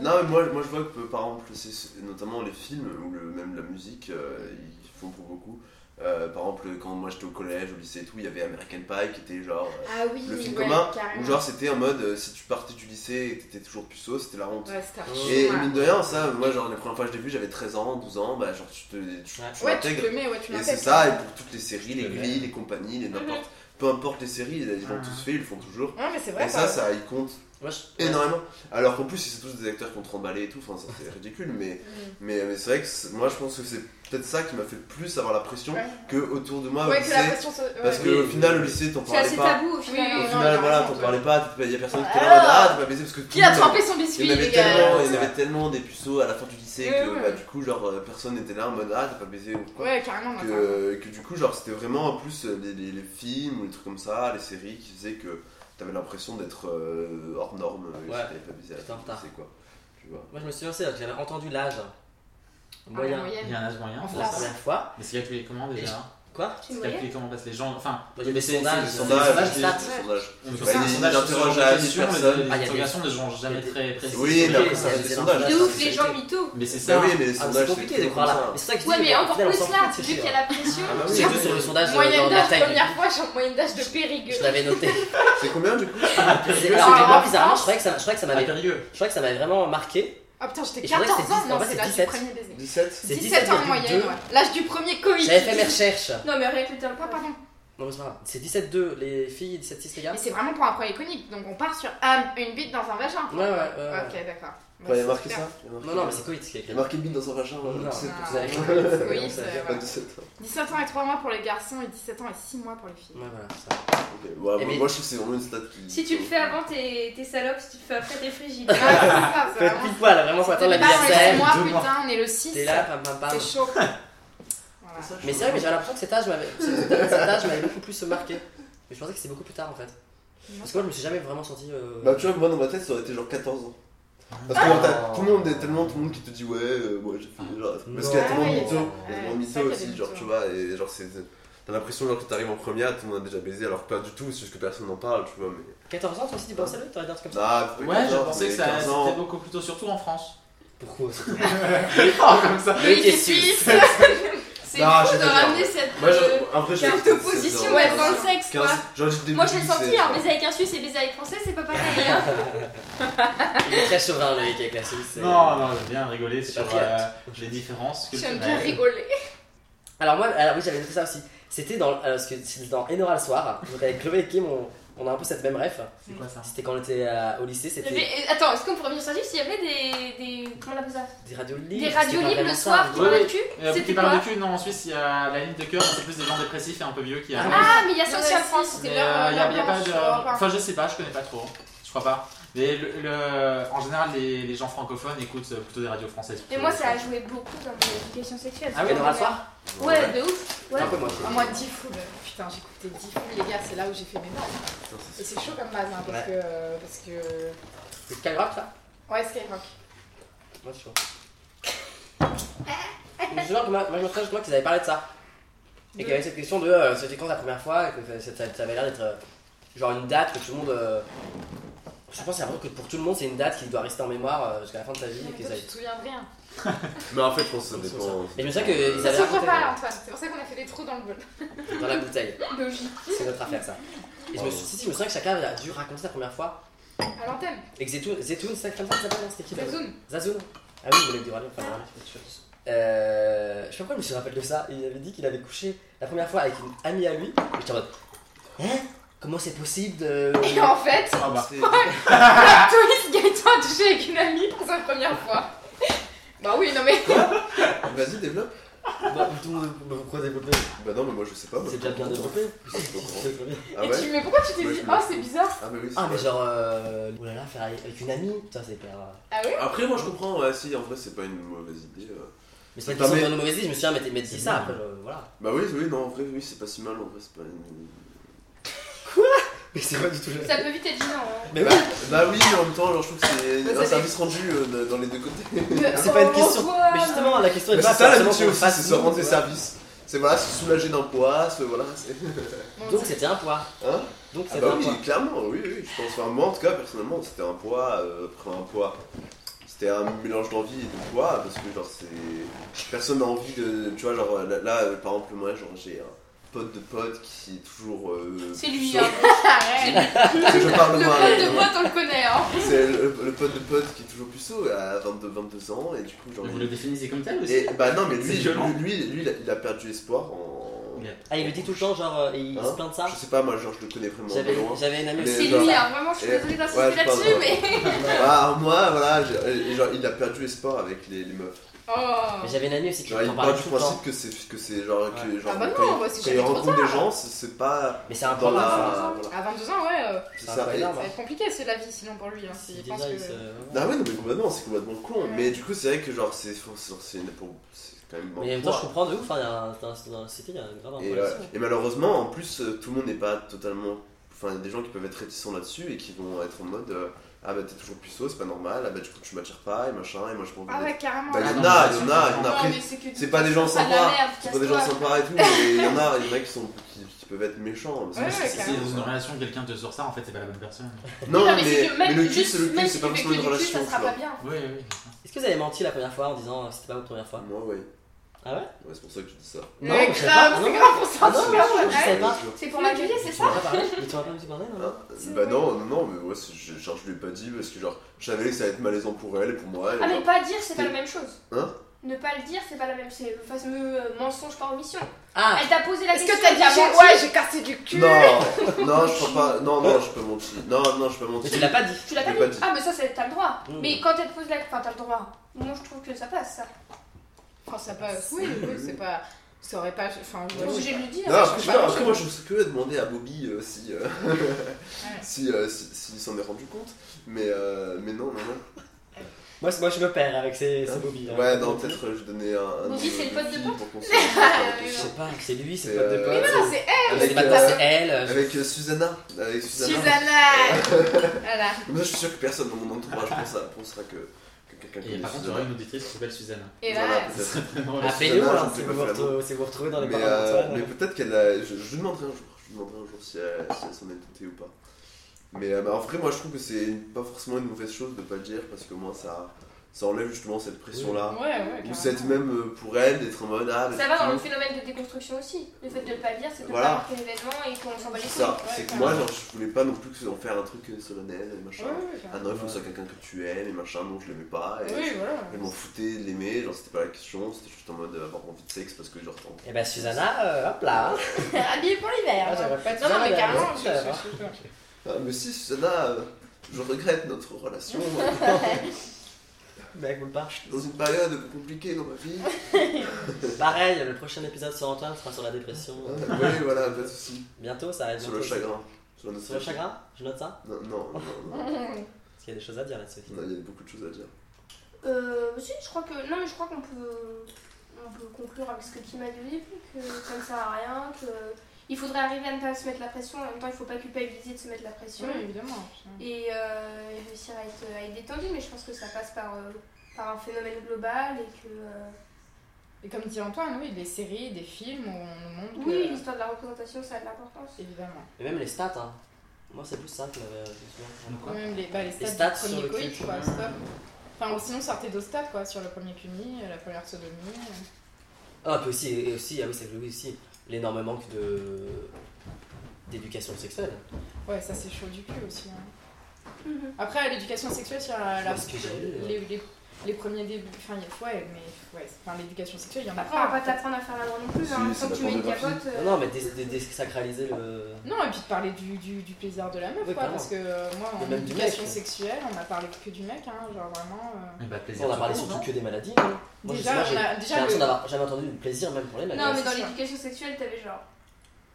S4: Non, mais moi, moi je vois que par exemple, c'est- c'est- notamment les films ou le, même la musique, euh, ils font pour beaucoup. Euh, par exemple, quand moi j'étais au collège, au lycée et tout, il y avait American Pie qui était genre. euh,
S2: Ah oui,
S4: Le film
S2: ouais,
S4: commun,
S2: carrément.
S4: où genre c'était en mode euh, si tu partais du lycée et t'étais toujours puceau, c'était la honte.
S2: Ouais, c'était archi
S4: Et
S2: chouette.
S4: mine de rien, ça, moi, genre, les premières fois que je l'ai vu, j'avais 13 ans, 12 ans, bah, genre, tu te tu,
S3: Ouais.
S4: tu
S2: Ouais, tu
S4: l'intègres.
S2: te le mets, ouais, tu
S4: Et c'est
S2: l'intègres.
S4: ça, et pour toutes les séries, les
S3: Ouais.
S4: grilles, les compagnies, les n'importe. Peu importe les séries, ils l'ont tous fait, ils le font toujours.
S2: Ouais, mais c'est vrai.
S4: Et ça,
S2: ça.
S4: ça, ils comptent
S3: Moi, je-
S4: énormément. Alors qu'en plus, c'est tous des acteurs qui ont tremballé et tout, enfin, ça, c'est ridicule, mais, mais, mais c'est vrai que c'est- moi, je pense que c'est peut-être ça qui m'a fait plus avoir la pression
S2: Ouais.
S4: que autour de moi au
S2: Ouais, que la
S4: lycée.
S2: pression se. ouais.
S4: Ah, Parce que
S3: Oui.
S4: au final, au lycée, t'en
S6: C'est
S4: parlais
S6: assez
S4: pas.
S6: tabou au final.
S4: Au
S2: Oui,
S4: final,
S2: non,
S4: voilà,
S2: non,
S4: t'en
S2: non.
S4: parlais pas, il y a personne qui était là,
S2: Alors
S4: ah, t'as pas baisé parce que tout
S2: Qui
S4: le
S2: a
S4: monde
S2: trempé son
S4: il
S2: biscuit,
S4: y en avait
S2: les gars
S4: tellement, il y en
S2: Ouais,
S4: avait tellement des puceaux à la fin du lycée
S2: Ouais,
S4: que
S2: ouais.
S4: bah, du coup genre euh, personne n'était là en mode ah t'as pas baisé ou quoi.
S2: Ouais, carrément. non,
S9: Ah,
S2: carrément.
S4: Que, que du coup genre c'était vraiment en plus euh, les, les- les films ou les trucs comme ça, les séries qui faisaient que t'avais l'impression d'être euh, hors norme euh, si
S3: Ouais.
S4: t'avais pas baisé à la
S3: Putain,
S4: fin du
S3: tard.
S4: lycée quoi. Tu vois.
S3: moi, je me suis lancé, j'avais entendu l'âge
S2: Ah,
S3: moyen
S9: Il y a un âge moyen en
S3: pour la
S9: France.
S3: première fois.
S9: Mais c'est calculé comment déjà hein
S3: Quoi
S6: Tu
S9: C'est
S6: me voyais
S9: calculé comment parce que les gens. Enfin,
S3: Il y a des
S9: c'est-
S3: sondages,
S9: c'est-
S3: des
S9: c'est-
S3: sondages,
S9: c'est-
S3: des
S9: c'est-
S3: stats.
S4: Les sondages.
S9: on peut
S4: Bah,
S9: faire un
S4: ils-
S9: sondage
S4: ils
S9: sur ce genre
S4: interrogent
S9: de
S4: à la
S9: questions,
S4: vie,
S9: mais Les
S3: Ah,
S4: personne.
S3: il y a des-
S9: interrogations ne sont jamais très précises.
S4: Oui, mais après,
S3: Ok,
S4: ça reste
S3: c'est
S4: des
S3: des
S4: sondages.
S3: sondages.
S6: De
S4: ça,
S6: ouf,
S4: c'est-
S6: les gens mythos.
S9: Mais c'est ça.
S4: Bah oui, mais les
S3: Ah, mais
S4: sondages
S3: c'est compliqué de
S4: toujours
S3: croire là.
S4: comme
S3: Mais c'est ça que je
S6: Ouais,
S3: dis,
S6: mais
S3: au
S6: encore
S3: final, on s'en
S6: plus là,
S3: fout, Bah,
S6: vu
S3: c'est
S6: qu'il y a
S3: sûr.
S6: la pression.
S4: Ah bah oui,
S3: C'est
S4: mais
S3: juste sur le sondage euh,
S2: Moyenne
S3: dans la
S2: d'âge,
S3: taille.
S2: première fois, j'ai un moyenne d'âge de Périgueux.
S3: Je l'avais noté. Ah,
S4: ça. C'est combien du coup
S3: C'est-
S2: Alors,
S3: Alors, moi,
S2: en
S3: bizarrement,
S2: France-
S3: je croyais que ça, je croyais que ça
S9: Ah,
S3: m'avait,
S9: périlleux.
S3: je croyais que ça m'avait vraiment marqué.
S2: Ah putain, j'étais
S3: Et je crois que
S2: 14
S3: c'est
S2: ans,
S3: 10,
S2: non,
S3: en fait,
S2: c'est
S3: c'est
S2: l'âge du
S3: 17.
S2: premier baiser.
S4: 17
S3: C'est
S2: 17 ans en
S3: 17,2.
S2: moyenne, ouais. L'âge du premier Covid.
S3: J'avais fait mes recherches.
S6: Non, mais répétez le
S2: Ah, pardon.
S3: Non, mais c'est pas grave. C'est 17-2 les filles, 17-6 les gars.
S2: Mais c'est vraiment pour un projet iconique, donc on part sur un- une bite dans un vagin.
S3: Ouais, ouais, ouais. ouais.
S2: Ok, d'accord. Bah,
S4: Ouais, il y a
S2: c'est
S4: marqué
S2: super.
S4: ça Il y a marqué-
S3: Non, non, mais c'est Covid qui a
S4: Il y
S3: écrit.
S4: a marqué bide dans un vagin.
S3: Non,
S4: euh,
S3: non,
S4: 17
S2: Ah,
S3: Vous avez-
S2: ouais, oui,
S3: Ouais,
S2: c'est-
S4: pas
S2: voilà.
S4: 17 ans.
S2: 17 ans et 3 mois pour les garçons et 17 ans et 6 mois pour les filles.
S3: Ouais, voilà, ça.
S4: Ok, ouais,
S3: Eh
S4: moi-
S3: mais-
S4: Moi je trouve que c'est vraiment une stat qui.
S6: Si tu le fais avant, t'es t'es salope. Si tu le fais après, t'es frigide.
S2: Ouais, Ah, c'est ça, c'est
S3: Faut être
S2: vraiment-
S3: pile poil, là, vraiment, faut attendre
S2: C'était pas dans les six
S3: l'anniversaire.
S2: mois,
S9: deux mois.
S2: putain, on est le 6.
S3: T'es là, pam pam pam.
S2: C'est chaud. Voilà.
S3: Mais c'est vrai, mais j'avais l'impression que cet âge m'avait, cet âge m'avait beaucoup plus marqué. Mais je pensais que c'est beaucoup plus tard en fait. Parce que moi, je me suis jamais vraiment senti. euh,
S4: Bah tu vois, moi dans ma tête ça aurait été genre 14 ans. Parce que genre,
S3: Ah.
S2: Ah.
S4: t'as tout le monde, tellement tout le monde qui te dit ouais, euh, ouais j'ai fait genre. Parce qu'il y a
S2: Ah
S4: tellement de
S2: ouais,
S4: mythos, il y a
S2: ouais,
S4: tellement de
S2: c'est ça qu'il
S4: mythos
S2: y a des
S4: aussi, genre
S2: mythos.
S4: tu vois, et genre c'est. T'as l'impression genre que t'arrives en première, tout le monde a déjà baisé, alors que pas du tout, c'est juste que personne n'en parle, tu vois, mais.
S3: 14 ans, toi aussi, tu pensais à lui, t'aurais dit un truc comme ça.
S4: Ah, faut pas
S9: Ouais, je
S4: 14,
S9: pensais que
S4: mais
S9: ça
S4: 15 ans.
S9: c'était beaucoup plus tôt, surtout en France.
S3: Pourquoi
S9: Oh, comme ça.
S3: Le
S2: Oui,
S3: qui est
S2: c'est suisse.
S6: Ah, C'est fou
S4: Non, j'ai
S6: de
S4: pas
S6: ramener
S4: peur.
S6: cette
S4: Moi,
S6: euh,
S4: je- après, je-
S6: carte
S4: c'est-
S6: de
S4: c'est genre-
S6: position ouais, dans le sexe, quoi.
S4: 15, genre, j'ai le début
S6: Moi, je l'ai
S4: du
S6: senti,
S4: lycée,
S6: hein,
S4: genre.
S6: baiser avec un Suisse et baiser avec Français, c'est pas pareil, hein.
S3: Il est très chauvin, le mec, avec la Suisse. c'est-
S9: Non, non, j'ai bien rigolé sur
S3: pas fiable.
S9: euh, les différences.
S2: J'aime bien
S9: culturelles.
S2: rigoler.
S3: Alors moi, alors oui, j'avais noté ça aussi. C'était dans, euh, parce que c'était dans Enora le soir. Donc avec Chloé et Kim, on, on a un peu cette même ref.
S9: C'est quoi ça
S3: C'était quand on était euh, au lycée,
S6: Il y
S3: c'était
S6: avait- euh, Attends, est-ce qu'on pourrait revenir sur le livre s'il y avait des, des. Comment on appelle ça
S3: des radios libres.
S6: Des
S3: c'était
S6: radios
S3: pas
S6: libres
S3: vraiment
S6: le
S3: ça, hein.
S6: soir
S3: mais-
S6: pour
S9: Ouais,
S6: le
S9: ouais.
S6: cul
S9: Euh,
S6: C'était
S9: qui
S6: quoi
S9: parle de cul Non, en Suisse, il y a la ligne de cœur, c'est plus des gens dépressifs et un peu vieux qui arrivent.
S6: Ah, mais il y a ça
S2: Ouais,
S6: aussi en
S2: si,
S6: France.
S2: si.
S9: Mais
S2: C'était
S9: il
S2: leur-
S6: euh,
S9: y,
S2: leur
S9: a pas de.
S2: branche, quoi.
S9: Enfin, je sais pas, je connais pas trop. Je crois pas. Mais le, le- en général, les, les gens francophones écoutent euh, plutôt des radios françaises.
S6: Et moi, ça a joué beaucoup dans mon éducation sexuelle.
S9: Ah oui,
S3: Enora le soir
S6: Ouais, de ouf. Ouais.
S3: Un peu moins.
S2: Ah, moi, 10 foules. Putain, j'écoutais 10 foules, les gars, c'est là où j'ai fait mes bases. Et c'est chaud comme base, hein, parce, que, parce que.
S3: C'est Skyrock, ça
S2: Ouais, Skyrock.
S3: Moi, je suis chaud. Mais je jure que moi, moi, je me souviens justement qu'ils avaient parlé de ça. Et qu'il y avait cette question de euh, c'était quand la première fois et que ça, ça- ça avait l'air d'être euh, genre une date que tout le monde. euh, je pense que c'est vraiment que pour tout le monde, c'est une date qui doit rester en mémoire euh, jusqu'à la fin de sa vie.
S2: Mais
S3: Et que
S2: toi,
S3: ça...
S2: tu te souviens de rien.
S4: Mais en fait, je pense que ça
S3: Mais
S4: dépend. Euh,
S3: je me souviens qu'ils
S2: Ça
S3: avaient
S2: s'ouvre
S3: raconté
S2: pas, Antoine. C'est pour ça qu'on a fait des trous dans le bol.
S3: dans la bouteille.
S2: Logique.
S3: C'est notre affaire ça. Et je me, suis, si, si, je me souviens que chacun a dû raconter la première fois.
S2: À l'antenne.
S3: Et que Zetoun, Zetoun c'est comme ça que ça s'appelle hein, C'était qui
S2: C'est
S3: Zazoun
S2: Zoom.
S3: Zazoun Ah oui, vous l'avez du radio, enfin, voilà. Euh, je sais pas pourquoi je me suis rappelé de ça. Il avait dit qu'il avait couché la première fois avec une amie à lui. Et j'étais en mode Hein Comment c'est possible de.
S2: Et en fait,
S9: Ah bah.
S2: Touriste Gaëtan a touché avec une amie pour sa première fois. Bah oui, non mais.
S4: Vas-y, développe.
S3: Bah, tout le monde- bah, pourquoi développer
S4: Bah non, mais moi je sais pas. moi,
S3: C'est
S4: je
S3: déjà bien
S4: comprends pas.
S3: développé.
S4: Je suis pas au courant. Ah
S2: Et
S4: ouais
S2: tu... Mais pourquoi tu t'es
S4: Ouais,
S2: dit,
S4: je me-
S2: oh, c'est bizarre
S4: Ah, mais oui, c'est
S3: Ah, mais
S4: vrai.
S3: genre. Euh, oulala, faire avec avec une amie Putain, c'est hyper. euh,
S2: Ah oui
S4: Après, moi je comprends, ouais, si en vrai c'est pas une mauvaise idée. euh.
S3: Mais c'est pas
S4: Ça
S3: une
S4: permet-
S3: question de mauvaise idée, je me suis dit, ah, mais t'es- mais dis ça après, euh, voilà.
S4: Bah oui, oui, non, en vrai, oui, c'est pas si mal, en vrai, c'est pas une.
S3: Mais c'est pas du tout
S6: Ça peut vite être gênant. hein.
S3: Mais
S4: Bah,
S3: oui
S4: bah oui, mais en même temps, genre, je trouve que
S2: Mais
S4: c'est
S2: ça
S4: un service rendu euh, dans les deux côtés.
S3: C'est pas une question. Mais justement, la question est
S4: Bah,
S3: pas
S4: c'est ça
S3: forcément
S4: l'amitié
S3: qu'on le
S4: aussi, c'est
S3: fasse
S4: se
S3: nous,
S4: rendre des
S3: ouais.
S4: services. C'est voilà, se soulager d'un poids, se- voilà. c'est-
S2: Bon,
S3: euh. Donc
S2: c'est-
S3: c'était un poids.
S4: Hein
S3: Donc
S4: Ah
S3: c'était
S4: bah
S3: un
S4: oui,
S3: poids.
S4: clairement, oui, oui, je pense. Enfin, moi en tout cas, personnellement, c'était un poids, euh, après un poids. C'était un mélange d'envie et de poids, parce que genre c'est. Personne n'a envie de. Tu vois, genre là, là, euh, par exemple, moi, genre j'ai un pote de pote qui est toujours. euh,
S6: C'est lui,
S4: chaud.
S6: hein. Arrête.
S4: Parce que je parle
S6: Le
S4: moi,
S6: pote de
S4: euh,
S6: pote, on le connaît, hein.
S4: C'est le, le pote de pote qui est toujours puceau à 22, 22 ans, et du coup, genre.
S9: Vous
S4: il-
S9: le définissez comme tel aussi
S4: et, bah non, mais lui,
S9: C'est
S4: lui,
S9: violent.
S4: lui, lui, il a- il a perdu espoir en.
S9: Bien.
S3: Ah, il le dit tout le temps, genre, euh, il se
S4: Hein
S3: plaint de ça.
S4: Je sais pas, moi, genre, je le connais vraiment de
S3: J'avais
S4: loin.
S3: j'avais une amie
S4: Mais
S6: C'est
S3: aussi.
S4: genre-
S6: lui, hein. Vraiment, je suis
S4: Et-
S6: désolée d'insister
S4: ouais, je hein. parle
S6: là-dessus, mais.
S4: Ah, moi, voilà, j'ai- genre, il a perdu espoir avec les, les meufs.
S2: Oh.
S3: Mais j'avais une amie aussi qui
S4: Genre, il
S3: en
S4: part
S3: parlait
S4: du
S3: tout le temps.
S4: principe que c'est que c'est genre que genre
S2: Ah bah
S4: quand,
S2: non,
S4: il-
S2: bah c'est
S4: quand il
S2: jamais trop
S4: rencontre
S2: tard.
S4: des gens, c'est- c'est pas
S3: Mais c'est un
S4: dans
S3: poids.
S4: la
S3: hein,
S4: voilà.
S2: À 22 ans, ouais, euh,
S4: C'est
S3: C'est un
S4: ça.
S3: poids
S4: Et-
S3: énorme.
S2: ça va être compliqué c'est la vie sinon pour lui. Hein.
S3: Si
S2: Il
S3: déjà,
S2: pense
S3: il
S2: que-
S3: se-
S4: Ah ouais, non mais complètement, c'est complètement con.
S2: Ouais.
S4: Mais du coup, c'est vrai que genre c'est faut- c'est c'est une- pour- c'est quand même un
S3: Mais en même temps,
S4: poids.
S3: je comprends de ouf, hein, il y a un- dans dans la cité, il y a un grave un
S4: Et,
S3: poids
S4: euh,
S3: là-dessus.
S4: et malheureusement, en plus, euh, tout le monde n'est pas totalement. Enfin, il y a des gens qui peuvent être réticents là-dessus et qui vont être en mode euh, Ah bah t'es toujours puceau, c'est pas normal, ah bah du coup tu m'attires pas et machin, et moi je pense.
S2: Ah ouais, carrément.
S4: Bah
S2: ouais.
S9: non,
S4: y'en a,
S9: mais
S4: y'en
S9: c'est-
S4: a, y'en a.
S6: Non,
S4: Après,
S6: mais c'est que
S4: c'est pas des gens
S6: pas de Ah, la
S4: sympas,
S6: merde,
S4: c'est pas des gens
S6: casse-toi.
S4: sympas et tout, mais il y en a, il y en a qui, sont, qui, qui peuvent être méchants. parce que
S2: Ouais,
S4: c'est-
S2: ouais,
S4: c'est-
S9: Si c'est dans une relation, quelqu'un te sort ça, en fait, c'est pas la bonne personne.
S4: Non,
S6: Non, mais
S4: mais,
S6: c'est que même
S4: mais le cul,
S6: juste-
S4: c'est le
S6: même
S4: cul, c'est
S6: si
S4: pas
S6: tu fais
S4: forcément une
S6: que du cul,
S4: relation,
S6: Ça
S4: tu
S6: sera
S4: vois.
S6: pas bien.
S9: Oui, oui.
S3: Est-ce que vous avez menti la première fois en disant euh, c'était pas votre première fois
S4: Moi, oui.
S3: Ah ouais
S4: Ouais, c'est pour ça que je dis ça.
S2: Mais
S3: Non, mais je savais pas.
S2: grave,
S3: Ah
S2: c'est
S3: non,
S2: grave, on s'en
S3: Ah non,
S2: fout.
S3: mais
S4: Je
S3: je savais
S4: te
S3: pas.
S4: jure.
S6: C'est pour m'accueillir, c'est
S3: Tu
S6: ça
S3: m'en as pas parlé Mais tu m'as pas un petit peu parlé,
S6: Ah,
S3: non
S4: Hein bah non, non, mais ouais, c'est- je- genre, je lui ai pas dit parce que genre, je savais que ça allait être malaisant pour elle et pour moi. et
S6: Ah, mais
S4: genre-
S6: pas dire, c'est pas la même chose.
S4: Hein
S6: Ne pas le dire, c'est pas la même. C'est le fameux euh, mensonge par omission.
S3: Ah
S6: Elle t'a posé la
S2: Est-ce
S6: question.
S2: que t'as dit
S6: t'as
S2: avant
S6: menti.
S2: Ouais, j'ai cassé du cul.
S4: Non, non, je crois pas. Non, non, je peux mentir. Non, non, je peux
S3: Mais
S4: mentir.
S3: tu l'as pas dit
S6: Tu l'as pas
S4: J'ai pas Mmh.
S6: dit.
S4: dit.
S6: Ah, mais ça, c'est- t'as le droit.
S3: Mm.
S6: Mais quand elle te pose la. Enfin, t'as le droit. Moi, je trouve que ça passe, ça.
S2: Enfin, ça passe. Oui, oui, c'est pas. Ça aurait pas. Enfin, je
S6: T'es obligé de le dire.
S4: Non,
S2: je
S4: après, je
S2: sais
S4: sais pas,
S2: pas,
S4: après,
S2: je-
S4: moi je serais curieux de demander à Bobby euh, si, euh, si, euh, si- s'il s'en est rendu compte, mais, euh, mais non, non, non.
S3: Moi, c'est- moi je me perds avec ces, ces mobiles. hein.
S4: Ouais, non, peut-être euh, je donnais un. un
S6: Bobby,
S4: nom
S6: c'est le
S4: de
S6: pote de
S4: fille
S6: pote
S4: pour qu'on se rende compte, euh,
S3: Je sais pas, c'est lui, c'est
S4: C'est,
S3: pas de
S4: euh,
S3: pote.
S2: Non, c'est elle,
S3: C'est
S4: Avec,
S3: pas de
S4: euh,
S3: pote, c'est elle.
S4: avec euh, Susanna. Avec Susanna.
S2: Susanna. Voilà.
S4: Comme ça, je suis sûr que personne dans mon entourage pense à- pensera que, que quelqu'un
S9: Et
S4: connaît
S9: par contre, il y
S4: Susanna.
S9: aurait une auditrice qui s'appelle Suzanne.
S2: Et là,
S4: Voilà, peut-être.
S9: Non,
S4: Ah,
S3: Appelez-nous
S4: Susanna,
S3: hein,
S4: je
S3: si
S4: sais
S3: vous
S4: pas
S3: vous
S4: faire
S3: retrouvez si vous retrouvez dans les
S4: Mais,
S3: parents
S4: euh, mais
S3: d'Antoine.
S4: peut-être qu'elle a. Je, je lui demanderai un jour, je lui demanderai un jour si elle, si elle s'en est doutée ou pas. Mais euh, bah, en vrai, moi je trouve que c'est une- pas forcément une mauvaise chose de pas le dire parce que moi ça, ça enlève justement cette pression là.
S2: ouais, ouais.
S4: Ou
S2: carrément.
S4: cette même euh, pour elle d'être en mode ah, bah,
S6: Ça va
S4: tu
S6: dans le
S4: vois,
S6: phénomène de déconstruction aussi. Le fait de le pas dire, c'est de ne
S4: Voilà.
S6: pas marquer l'événement et qu'on s'en bat les couilles.
S4: C'est ça,
S2: ouais,
S4: c'est que
S2: ça
S4: moi
S2: va.
S4: genre, je voulais pas non plus que en faire un truc euh, solennel et machin.
S2: Ouais, ouais, carrément.
S4: Ah non, il faut que ce soit quelqu'un que tu aimes et machin, non je l'aimais pas. Et
S2: Oui, voilà.
S4: je m'en foutais de l'aimer, genre c'était pas la question, c'était juste en mode euh, avoir envie de sexe parce que genre t'en.
S3: Et bah, Susanna, euh, hop là. hein.
S2: Habillé pour l'hiver.
S3: Ah,
S2: hein.
S3: j'aurais pas dit
S2: Non, non,
S3: ça,
S2: mais
S3: mais
S2: carrément, je-
S3: c'est ça,
S2: je- je- je-
S4: Ah, mais si, Susanna, euh, je regrette notre relation.
S3: Mais écoute pas.
S4: dans une période un peu compliquée dans ma vie.
S3: Pareil, le prochain épisode sur Antoine sera sur la dépression.
S4: oui, voilà, pas de soucis.
S3: Bientôt, ça arrive.
S4: Sur le
S3: bientôt.
S4: chagrin. Sur la
S3: Sur le chagrin Je note ça.
S4: Non, non, non, non.
S3: Parce qu'il y a des choses à dire là-dessus.
S4: Non, Il y a beaucoup de choses à dire.
S6: Euh, si, je crois que. Non, mais je crois qu'on peut. On peut conclure avec ce que Kim a dit, que ça ne sert à rien, que. Il faudrait arriver à ne pas se mettre la pression, en même temps, il ne faut pas culpabiliser de se mettre la pression.
S2: Oui, évidemment.
S6: Et, euh, et réussir à être, à être détendu, mais je pense que ça passe par, euh, par un phénomène global et que. euh,
S2: Et comme dit Antoine, oui, des séries, des films, on nous montre que-
S6: Oui, l'histoire de la représentation, ça a de l'importance.
S2: Évidemment.
S3: Et même les stats, hein. Moi, c'est plus ça que j'avais. euh, je me souviens.
S9: Pourquoi
S2: Même les, bah, les stats,
S3: stats
S2: du
S3: sur
S2: premier
S3: le
S2: coït,
S3: cul.
S2: quoi, stop. Enfin, ou sinon sortez deux stats, quoi, sur le premier cuni, la première sodomie. euh.
S3: Ah, puis aussi, et aussi, ah oui, c'est que oui, aussi, l'énorme manque de. d'éducation sexuelle.
S2: Ouais, ça c'est chaud du cul aussi. hein.
S6: Mm-hmm.
S2: Après, l'éducation sexuelle sur la. la-
S3: Parce que j'ai lu,
S2: les, les- les premiers débuts. Enfin, il y a- ouais, mais. Ouais, c'est- enfin, l'éducation sexuelle, il y en a
S6: Après, on va
S2: pas.
S6: pas t'apprendre à faire l'amour non plus,
S4: Si,
S6: hein.
S4: c'est
S6: Tant que
S4: la
S6: tu mets une
S4: pornographie.
S6: capote. euh,
S3: Non, non, mais dés- dés- désacraliser le.
S2: Non, et puis de parler du, du, du plaisir de la meuf,
S3: Oui,
S2: quoi,
S3: clairement.
S2: parce que euh, moi,
S3: Mais
S2: en
S3: même du
S2: éducation
S3: mec, hein.
S2: sexuelle, on a parlé que du mec, hein, genre vraiment. euh,
S9: Mais bah, plaisir.
S3: On a parlé
S9: tout court,
S3: surtout
S9: non
S3: que des maladies. hein. Moi, je
S2: Déjà,
S3: sais pas,
S2: on
S3: j'ai
S2: a-
S3: j'ai
S2: déjà,
S3: l'impression
S2: le-
S3: d'avoir jamais entendu du plaisir, même pour les maladies.
S6: Non, mais dans
S2: c'est ça.
S6: l'éducation sexuelle, t'avais genre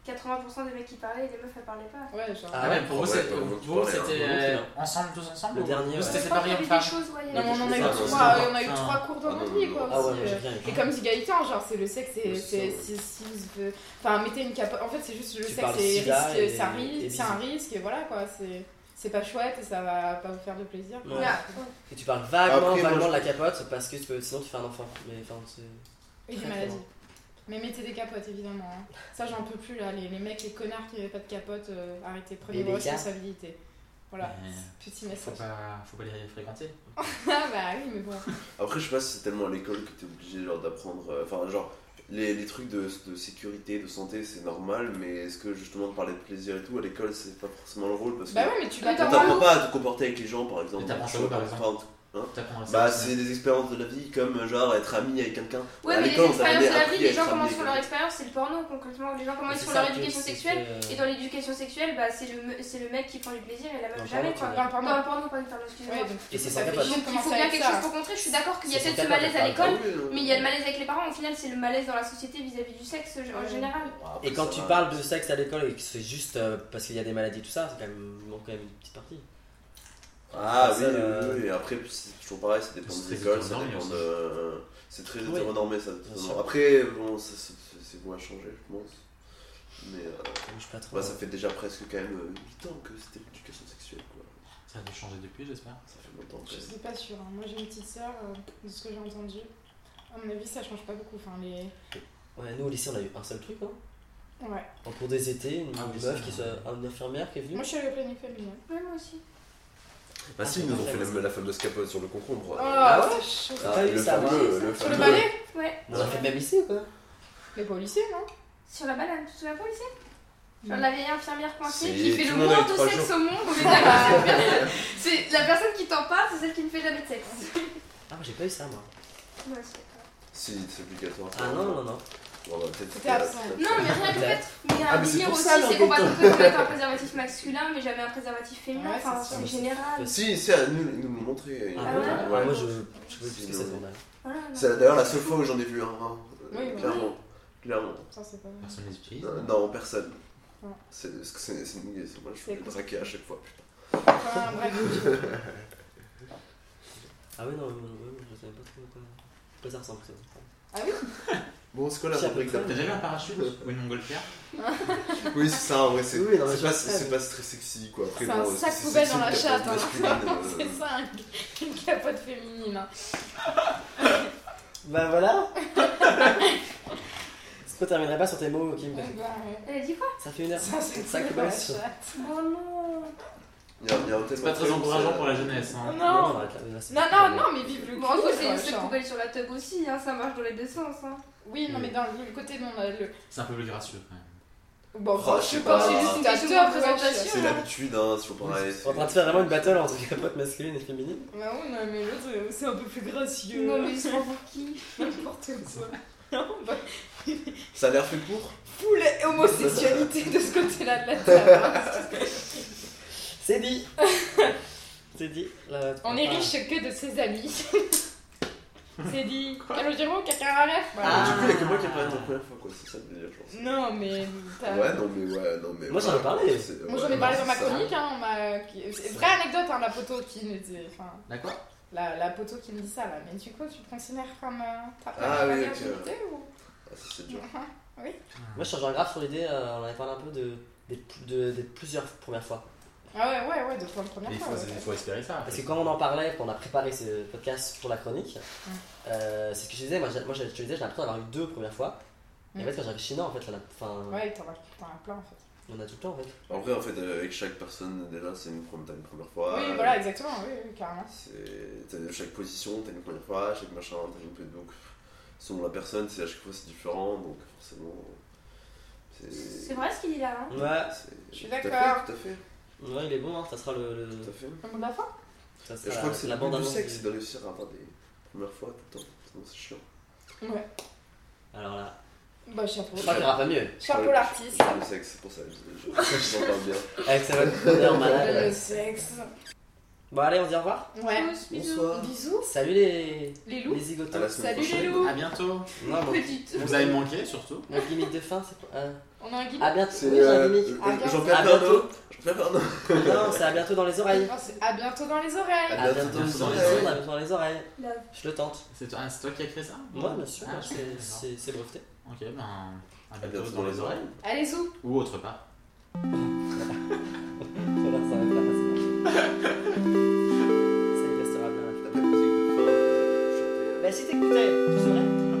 S6: 80% des mecs qui parlaient et des meufs, elles parlaient pas.
S2: Ouais, genre.
S3: Ah
S9: Ah ouais, pour vous,
S4: Ouais,
S9: c'est-
S4: pour vous,
S9: vous,
S4: ouais,
S9: c'était
S3: ouais.
S9: euh, ensemble, tous ensemble
S3: Le
S9: ou-
S3: dernier,
S9: ou
S3: ouais.
S9: c'était
S6: Je crois
S9: séparé
S6: qu'il y
S9: en
S6: avait
S9: femme
S6: des choses, ouais, il y
S2: Non,
S6: avait
S2: mais on en a eu
S4: Ah,
S2: trois,
S4: ouais,
S9: c'est
S2: on a eu
S9: bon.
S2: trois cours dans
S4: Ah,
S2: notre
S4: non,
S2: vie,
S4: non,
S2: quoi.
S3: Ah ouais,
S2: aussi,
S3: mais j'ai
S2: euh.
S3: rien eu.
S2: Et comme dit Gaëtan, genre c'est le sexe et
S4: Oui,
S2: c'est
S4: c'est
S2: si, si vous veut- Enfin mettez une capote. En fait c'est juste le
S3: Tu
S2: sexe
S3: parles
S2: et
S3: sida
S2: risque,
S3: et-
S2: c'est un
S3: et
S2: risque,
S3: bisous.
S2: c'est un risque et voilà quoi, c'est. C'est pas chouette et ça va pas vous faire de plaisir. quoi.
S3: Ouais.
S6: Ouais.
S3: Et tu parles vaguement,
S4: Après, moi,
S3: vaguement
S4: je-
S3: de la capote parce que tu peux- sinon tu fais un enfant. Mais enfin, c'est.
S2: Et des
S3: Très
S2: maladies.
S3: fort.
S2: Mais mettez des capotes, évidemment. hein. Ça, j'en peux plus, là. Les, les mecs, les connards qui n'avaient pas de capote, euh, arrêtez, prenez
S3: Les
S2: vos
S3: bécards.
S2: responsabilités. Voilà,
S9: Mais
S2: petit
S9: Faut
S2: message.
S9: pas, faut pas les fréquenter.
S2: Ah bah oui, mais bon.
S4: Après, je sais pas si c'est tellement à l'école que t'es obligé genre d'apprendre. euh, Enfin, genre, les, les trucs de, de sécurité, de santé, c'est normal, mais est-ce que justement de parler de plaisir et tout à l'école, c'est pas forcément le rôle parce que
S2: Bah oui, mais tu
S4: on
S2: l'apprends
S4: t'apprend pas à te comporter avec les gens, par exemple.
S9: Mais t'apprends
S4: Tu
S9: quoi,
S4: vois,
S9: par exemple
S4: enfin,
S9: T'apprends à
S4: Bah,
S9: ça.
S4: c'est des expériences de la vie, comme euh, genre être ami avec quelqu'un.
S6: Ouais,
S4: À
S6: mais les
S4: l'école, on t'a
S6: expériences
S4: jamais
S6: de la
S4: appris
S6: vie,
S4: à
S6: les
S4: être
S6: gens comment ils
S4: ami
S6: font
S4: avec
S6: leur expérience, c'est le porno concrètement. Les gens comment ils
S3: C'est
S6: font
S3: ça
S6: leur
S3: que
S6: éducation
S3: c'est
S6: sexuelle.
S3: que- euh,
S6: Et dans l'éducation sexuelle, bah c'est le, me- c'est le mec qui prend du plaisir et la
S3: Dans le
S6: meuf jamais
S3: porno,
S6: quoi.
S3: tu
S2: Dans le
S6: Dans
S2: porno.
S6: le porno, pas pardon, excusez-moi.
S2: Ouais, donc
S3: Et c'est
S2: faut
S3: sans
S2: savoir-
S3: capote.
S2: donc,
S6: Il faut
S2: commencer
S6: bien
S2: avec
S6: quelque
S2: ça.
S6: chose pour contrer. Je suis d'accord qu'il y a
S3: C'est son
S6: peut-être ce
S3: cadre,
S6: malaise
S3: par
S6: à l'école,
S4: Ah oui, euh,
S6: mais il y a le malaise avec les parents. Au final, c'est le malaise dans la société vis-à-vis du sexe en
S2: Ouais.
S6: général.
S4: Après,
S3: Et quand
S4: ça
S3: tu
S4: va.
S3: parles de sexe à l'école et que c'est juste euh, parce qu'il y a des maladies, tout ça, c'est quand même, il manque quand même une petite partie.
S4: Ah oui,
S3: Ça, euh,
S4: oui, oui, et après, c'est toujours pareil, ça dépend
S9: C'est
S4: des
S9: très
S4: écoles, ça
S9: hétéronormé
S4: dépend
S9: aussi.
S4: de. C'est très
S3: Oui.
S4: hétéronormé, ça.
S3: sûr.
S4: Après, bon, ça, c'est- c'est- c'est bon à changer, je pense. Mais euh,
S3: Je sais pas trop.
S4: bah, ça fait déjà presque quand même euh, 8 ans que c'était l'éducation sexuelle, quoi.
S9: Ça a dû changer depuis, j'espère.
S6: Mm.
S4: Ça fait longtemps
S2: Je
S4: que
S2: suis pas sûre. hein. Moi j'ai une petite sœur, euh, de ce que j'ai entendu. À mon avis, ça change pas beaucoup. Enfin, les...
S3: Ouais, nous au lycée on a eu un seul truc, hein.
S2: Ouais.
S3: En cours des étés, une
S9: Ah oui,
S3: meuf
S9: c'est
S3: qui se...
S9: vrai.
S3: une infirmière qui est venue.
S2: Moi je suis allée au planning familial.
S6: Ouais, moi aussi.
S4: Bah, si,
S3: Ah,
S4: ils nous
S3: c'est
S4: ont fait
S3: vrai,
S4: la,
S3: c'est
S4: la fameuse capote sur le concombre.
S2: Oh,
S3: Ah ouais
S2: c'est chaud.
S4: Ah,
S3: T'as
S4: le
S3: eu ça, moi,
S4: fameux,
S6: ça.
S4: le
S2: Sur le
S4: fameux.
S2: balai
S6: Ouais.
S3: On a fait le même lycée ou quoi
S2: Les policiers, non
S6: Sur la banane, tu te souviens pas aussi Genre
S2: Non.
S6: la vieille infirmière coincée qui
S4: C'est-
S6: fait
S4: tout
S6: le
S4: le monde a
S6: moins
S4: eu
S6: de
S4: trois
S6: sexe
S4: jours.
S6: au monde. mais la personne- C'est la personne qui t'en parle, c'est celle qui ne fait jamais de sexe.
S3: Ah, moi, j'ai pas eu ça, moi.
S6: Ouais, c'est d'accord.
S4: Si, c'est obligatoire.
S3: Ah non, non, non.
S4: Bon, bah, peut-être
S2: C'était
S4: que-
S2: absent.
S6: Non, mais rien que le fait. Mais il y a
S4: Ah,
S6: un
S4: mais c'est
S6: délire
S4: pour
S6: aussi,
S4: ça,
S6: c'est qu'on va
S4: l'enquêteur.
S6: trouver qu'on va être un préservatif masculin, mais jamais un préservatif féminin.
S2: Ouais,
S6: enfin,
S2: c'est
S6: c'est
S3: sûr.
S6: général.
S4: Si, si, à nous, ils nous l'ont montré.
S3: Ah,
S6: ouais
S3: ouais. Ah, moi, je. Je sais pas plus
S4: Ouais.
S3: ce que ça demande.
S6: Voilà, non.
S4: C'est d'ailleurs la seule fois où j'en ai vu un. hein.
S2: Oui, oui.
S4: Clairement. Clairement.
S2: Ça c'est pas vrai.
S9: Personne les utilise.
S4: Euh, Non, personne.
S2: Ouais.
S4: C'est c'est- c'est- c'est une idée, c'est moi, je
S2: C'est
S4: suis braqué à chaque fois.
S2: Enfin, bref.
S3: Ah, ouais, non, mais moi, ouais, moi, je savais pas trop quoi. Quoi ça ressemble, ça
S2: Ah
S4: Bon, c'est quoi la
S3: C'est à
S4: rubrique
S3: peu près,
S9: T'as
S4: d'après
S9: déjà vu un parachute ou une montgolfière
S4: Oui, c'est ça, en vrai, c'est
S3: Oui, non, mais
S4: c'est
S3: je
S4: pas,
S3: sais.
S4: c'est pas très sexy quoi. Après,
S2: C'est un
S4: bon,
S2: sac
S4: c'est
S2: poubelle
S4: sexy,
S2: dans la
S4: une
S2: chatte. hein.
S4: capote masculine,
S2: C'est
S4: euh,
S2: ça, un- une capote féminine. hein.
S3: Bah voilà Est-ce qu'on terminerait pas sur tes mots, Kim
S2: Donc, bah, ouais.
S6: Elle a dit Eh, quoi
S3: Ça fait une heure.
S2: Ça c'est
S3: Ça
S2: cool,
S3: qui
S2: la
S3: bosse.
S2: chatte.
S6: Oh non
S4: il y a- il y a un
S9: C'est pas
S4: tellement de
S9: très
S4: trucs,
S9: encourageant
S4: c'est-
S9: pour la jeunesse. Hein.
S2: Non.
S3: on arrête là, là, c'est-
S2: Non, non, non, mais vive le
S6: Bon, en gros,
S2: cul,
S6: c'est
S2: quoi,
S6: une seule
S2: genre.
S6: poubelle sur la tub aussi, hein, ça marche dans les deux sens. Hein.
S2: Oui, non, mais dans le côté dont on a le.
S9: C'est un peu gracieux quand même.
S2: Bon,
S4: Oh,
S2: je
S4: je
S2: sais
S4: sais
S2: pas,
S4: pas.
S2: c'est juste une
S6: Ah, C'est
S2: question de
S6: une
S2: présentation.
S6: représentation.
S4: C'est l'habitude, hein, c'est toujours pareil.
S3: On est en train de faire vraiment une battle entre capote masculine et féminine.
S2: Bah oui, non, mais l'autre, c'est un peu plus gracieux.
S6: Non, mais c'est pour qui
S2: N'importe quoi. Non, bah,
S4: Ça a l'air fait court
S2: full homosexualité de ce côté-là de la hein, table.
S3: C'est dit C'est dit. Là,
S2: On
S4: Ah.
S2: est riche que de ses amis. C'est dit. Calogero, cacararef.
S4: Du
S2: Voilà.
S4: coup, il y a que moi qui ai parlé de la première fois quoi, c'est ça le délire, je pense.
S2: Non, mais. t'as-
S4: Ouais, non, mais ouais, non, mais.
S3: Moi, j'en ai
S4: ouais,
S3: parlé.
S4: c'est-
S2: Moi
S4: ouais,
S2: j'en ai
S4: non,
S2: parlé
S4: c'est
S2: dans ma
S4: ça.
S2: chronique, hein, on m'a- qui- c'est vraie anecdote, hein, la poteau qui nous dit, enfin,
S9: D'accord
S2: la, la poteau qui me dit ça là, mais du coup tu te considères comme euh, ta
S4: Ah oui, ok.
S2: virginité ou
S4: Ah, ça, c'est dur.
S3: Moi, je change grave sur l'idée, euh, on avait parlé un peu de, des, de- des plusieurs premières fois.
S2: Ah ouais, ouais, ouais, de fois de première
S9: Mais il
S2: fois.
S9: faut,
S2: ouais.
S9: il faut espérer ça.
S3: Parce que quand on en parlait, quand on a préparé ce podcast pour la chronique,
S2: Mm.
S3: euh, c'est ce que je disais, moi, j'ai- moi je te disais, j'ai l'impression d'avoir eu deux premières fois. Et en
S2: Mm.
S3: fait, quand j'ai réfléchi, non, en fait, là, enfin,
S2: Ouais, t'en as, t'en as plein en fait.
S3: on a tout le temps, en fait.
S4: En vrai, en fait, euh, avec chaque personne, déjà, c'est une première, t'as une première fois.
S2: oui, voilà, exactement, oui, oui, carrément.
S4: C'est- T'as chaque position, t'as une première fois, chaque machin, t'as une peu donc selon la personne, c'est à chaque fois c'est différent, donc forcément. Euh,
S6: C'est vrai ce qu'il dit là. Hein.
S3: Ouais,
S4: c'est-
S2: Je suis
S4: tout à fait,
S2: d'accord.
S4: Tout à fait,
S3: ouais il est bon, hein, ça sera le. le-
S4: tout à fait. Et
S2: Le mot de la fin
S3: ça
S4: je
S3: sera
S4: crois que c'est la bande du
S3: bande-annonce
S4: sexe,
S3: du-
S4: c'est de réussir à avoir des premières fois tout le temps. Sinon, c'est chiant.
S2: Ouais.
S3: Alors là,
S2: Bah chapeau.
S3: je crois qu'il n'y aura pas mieux.
S2: Chapeau
S4: Ouais,
S2: l'artiste.
S4: j'aime Le sexe, c'est pour ça que je je- je m'en parle bien.
S3: Excellent. Bonheur,
S2: Le
S3: malade.
S2: sexe.
S3: Bon, allez, on dit au revoir.
S2: Ouais.
S6: Tous, bisous.
S4: Bonsoir.
S2: Bisous,
S3: Salut les.
S2: les loups.
S3: Les zigotons.
S4: À la semaine
S2: Salut les
S4: prochaine.
S2: loups.
S9: À bientôt.
S3: Non, mon,
S6: Petite.
S9: Vous avez manqué surtout.
S3: mon gimmick de fin, c'est. quoi Euh,
S2: On a un guide.
S3: à bientôt.
S4: C'est
S3: Oui, j'ai un
S4: euh,
S3: gimmick.
S2: À bientôt.
S4: Jean-Pierre
S3: À bientôt. Ah
S4: Pernaut. Jean-Pierre Pernaut.
S3: Non, c'est à bientôt dans les oreilles.
S2: Non, c'est à bientôt dans les oreilles.
S4: À
S3: bientôt
S4: bientôt.
S3: dans les oreilles. À bientôt dans les oreilles.
S6: Love.
S3: Je le tente.
S9: C'est toi, ah, c'est toi qui as créé ça
S3: Moi, bien sûr, hein,
S9: Ah,
S3: c'est-
S9: d'accord.
S3: c'est c'est breveté.
S9: Ok, ben. Un
S4: À
S9: bientôt dans les oreilles.
S2: Allez zou.
S9: Ou autre part.
S3: Voilà, ça va être la Ça il restera bien.
S4: La musique de fin, euh, chantée, euh,
S3: euh, Bah si t'écoutais, tu saurais.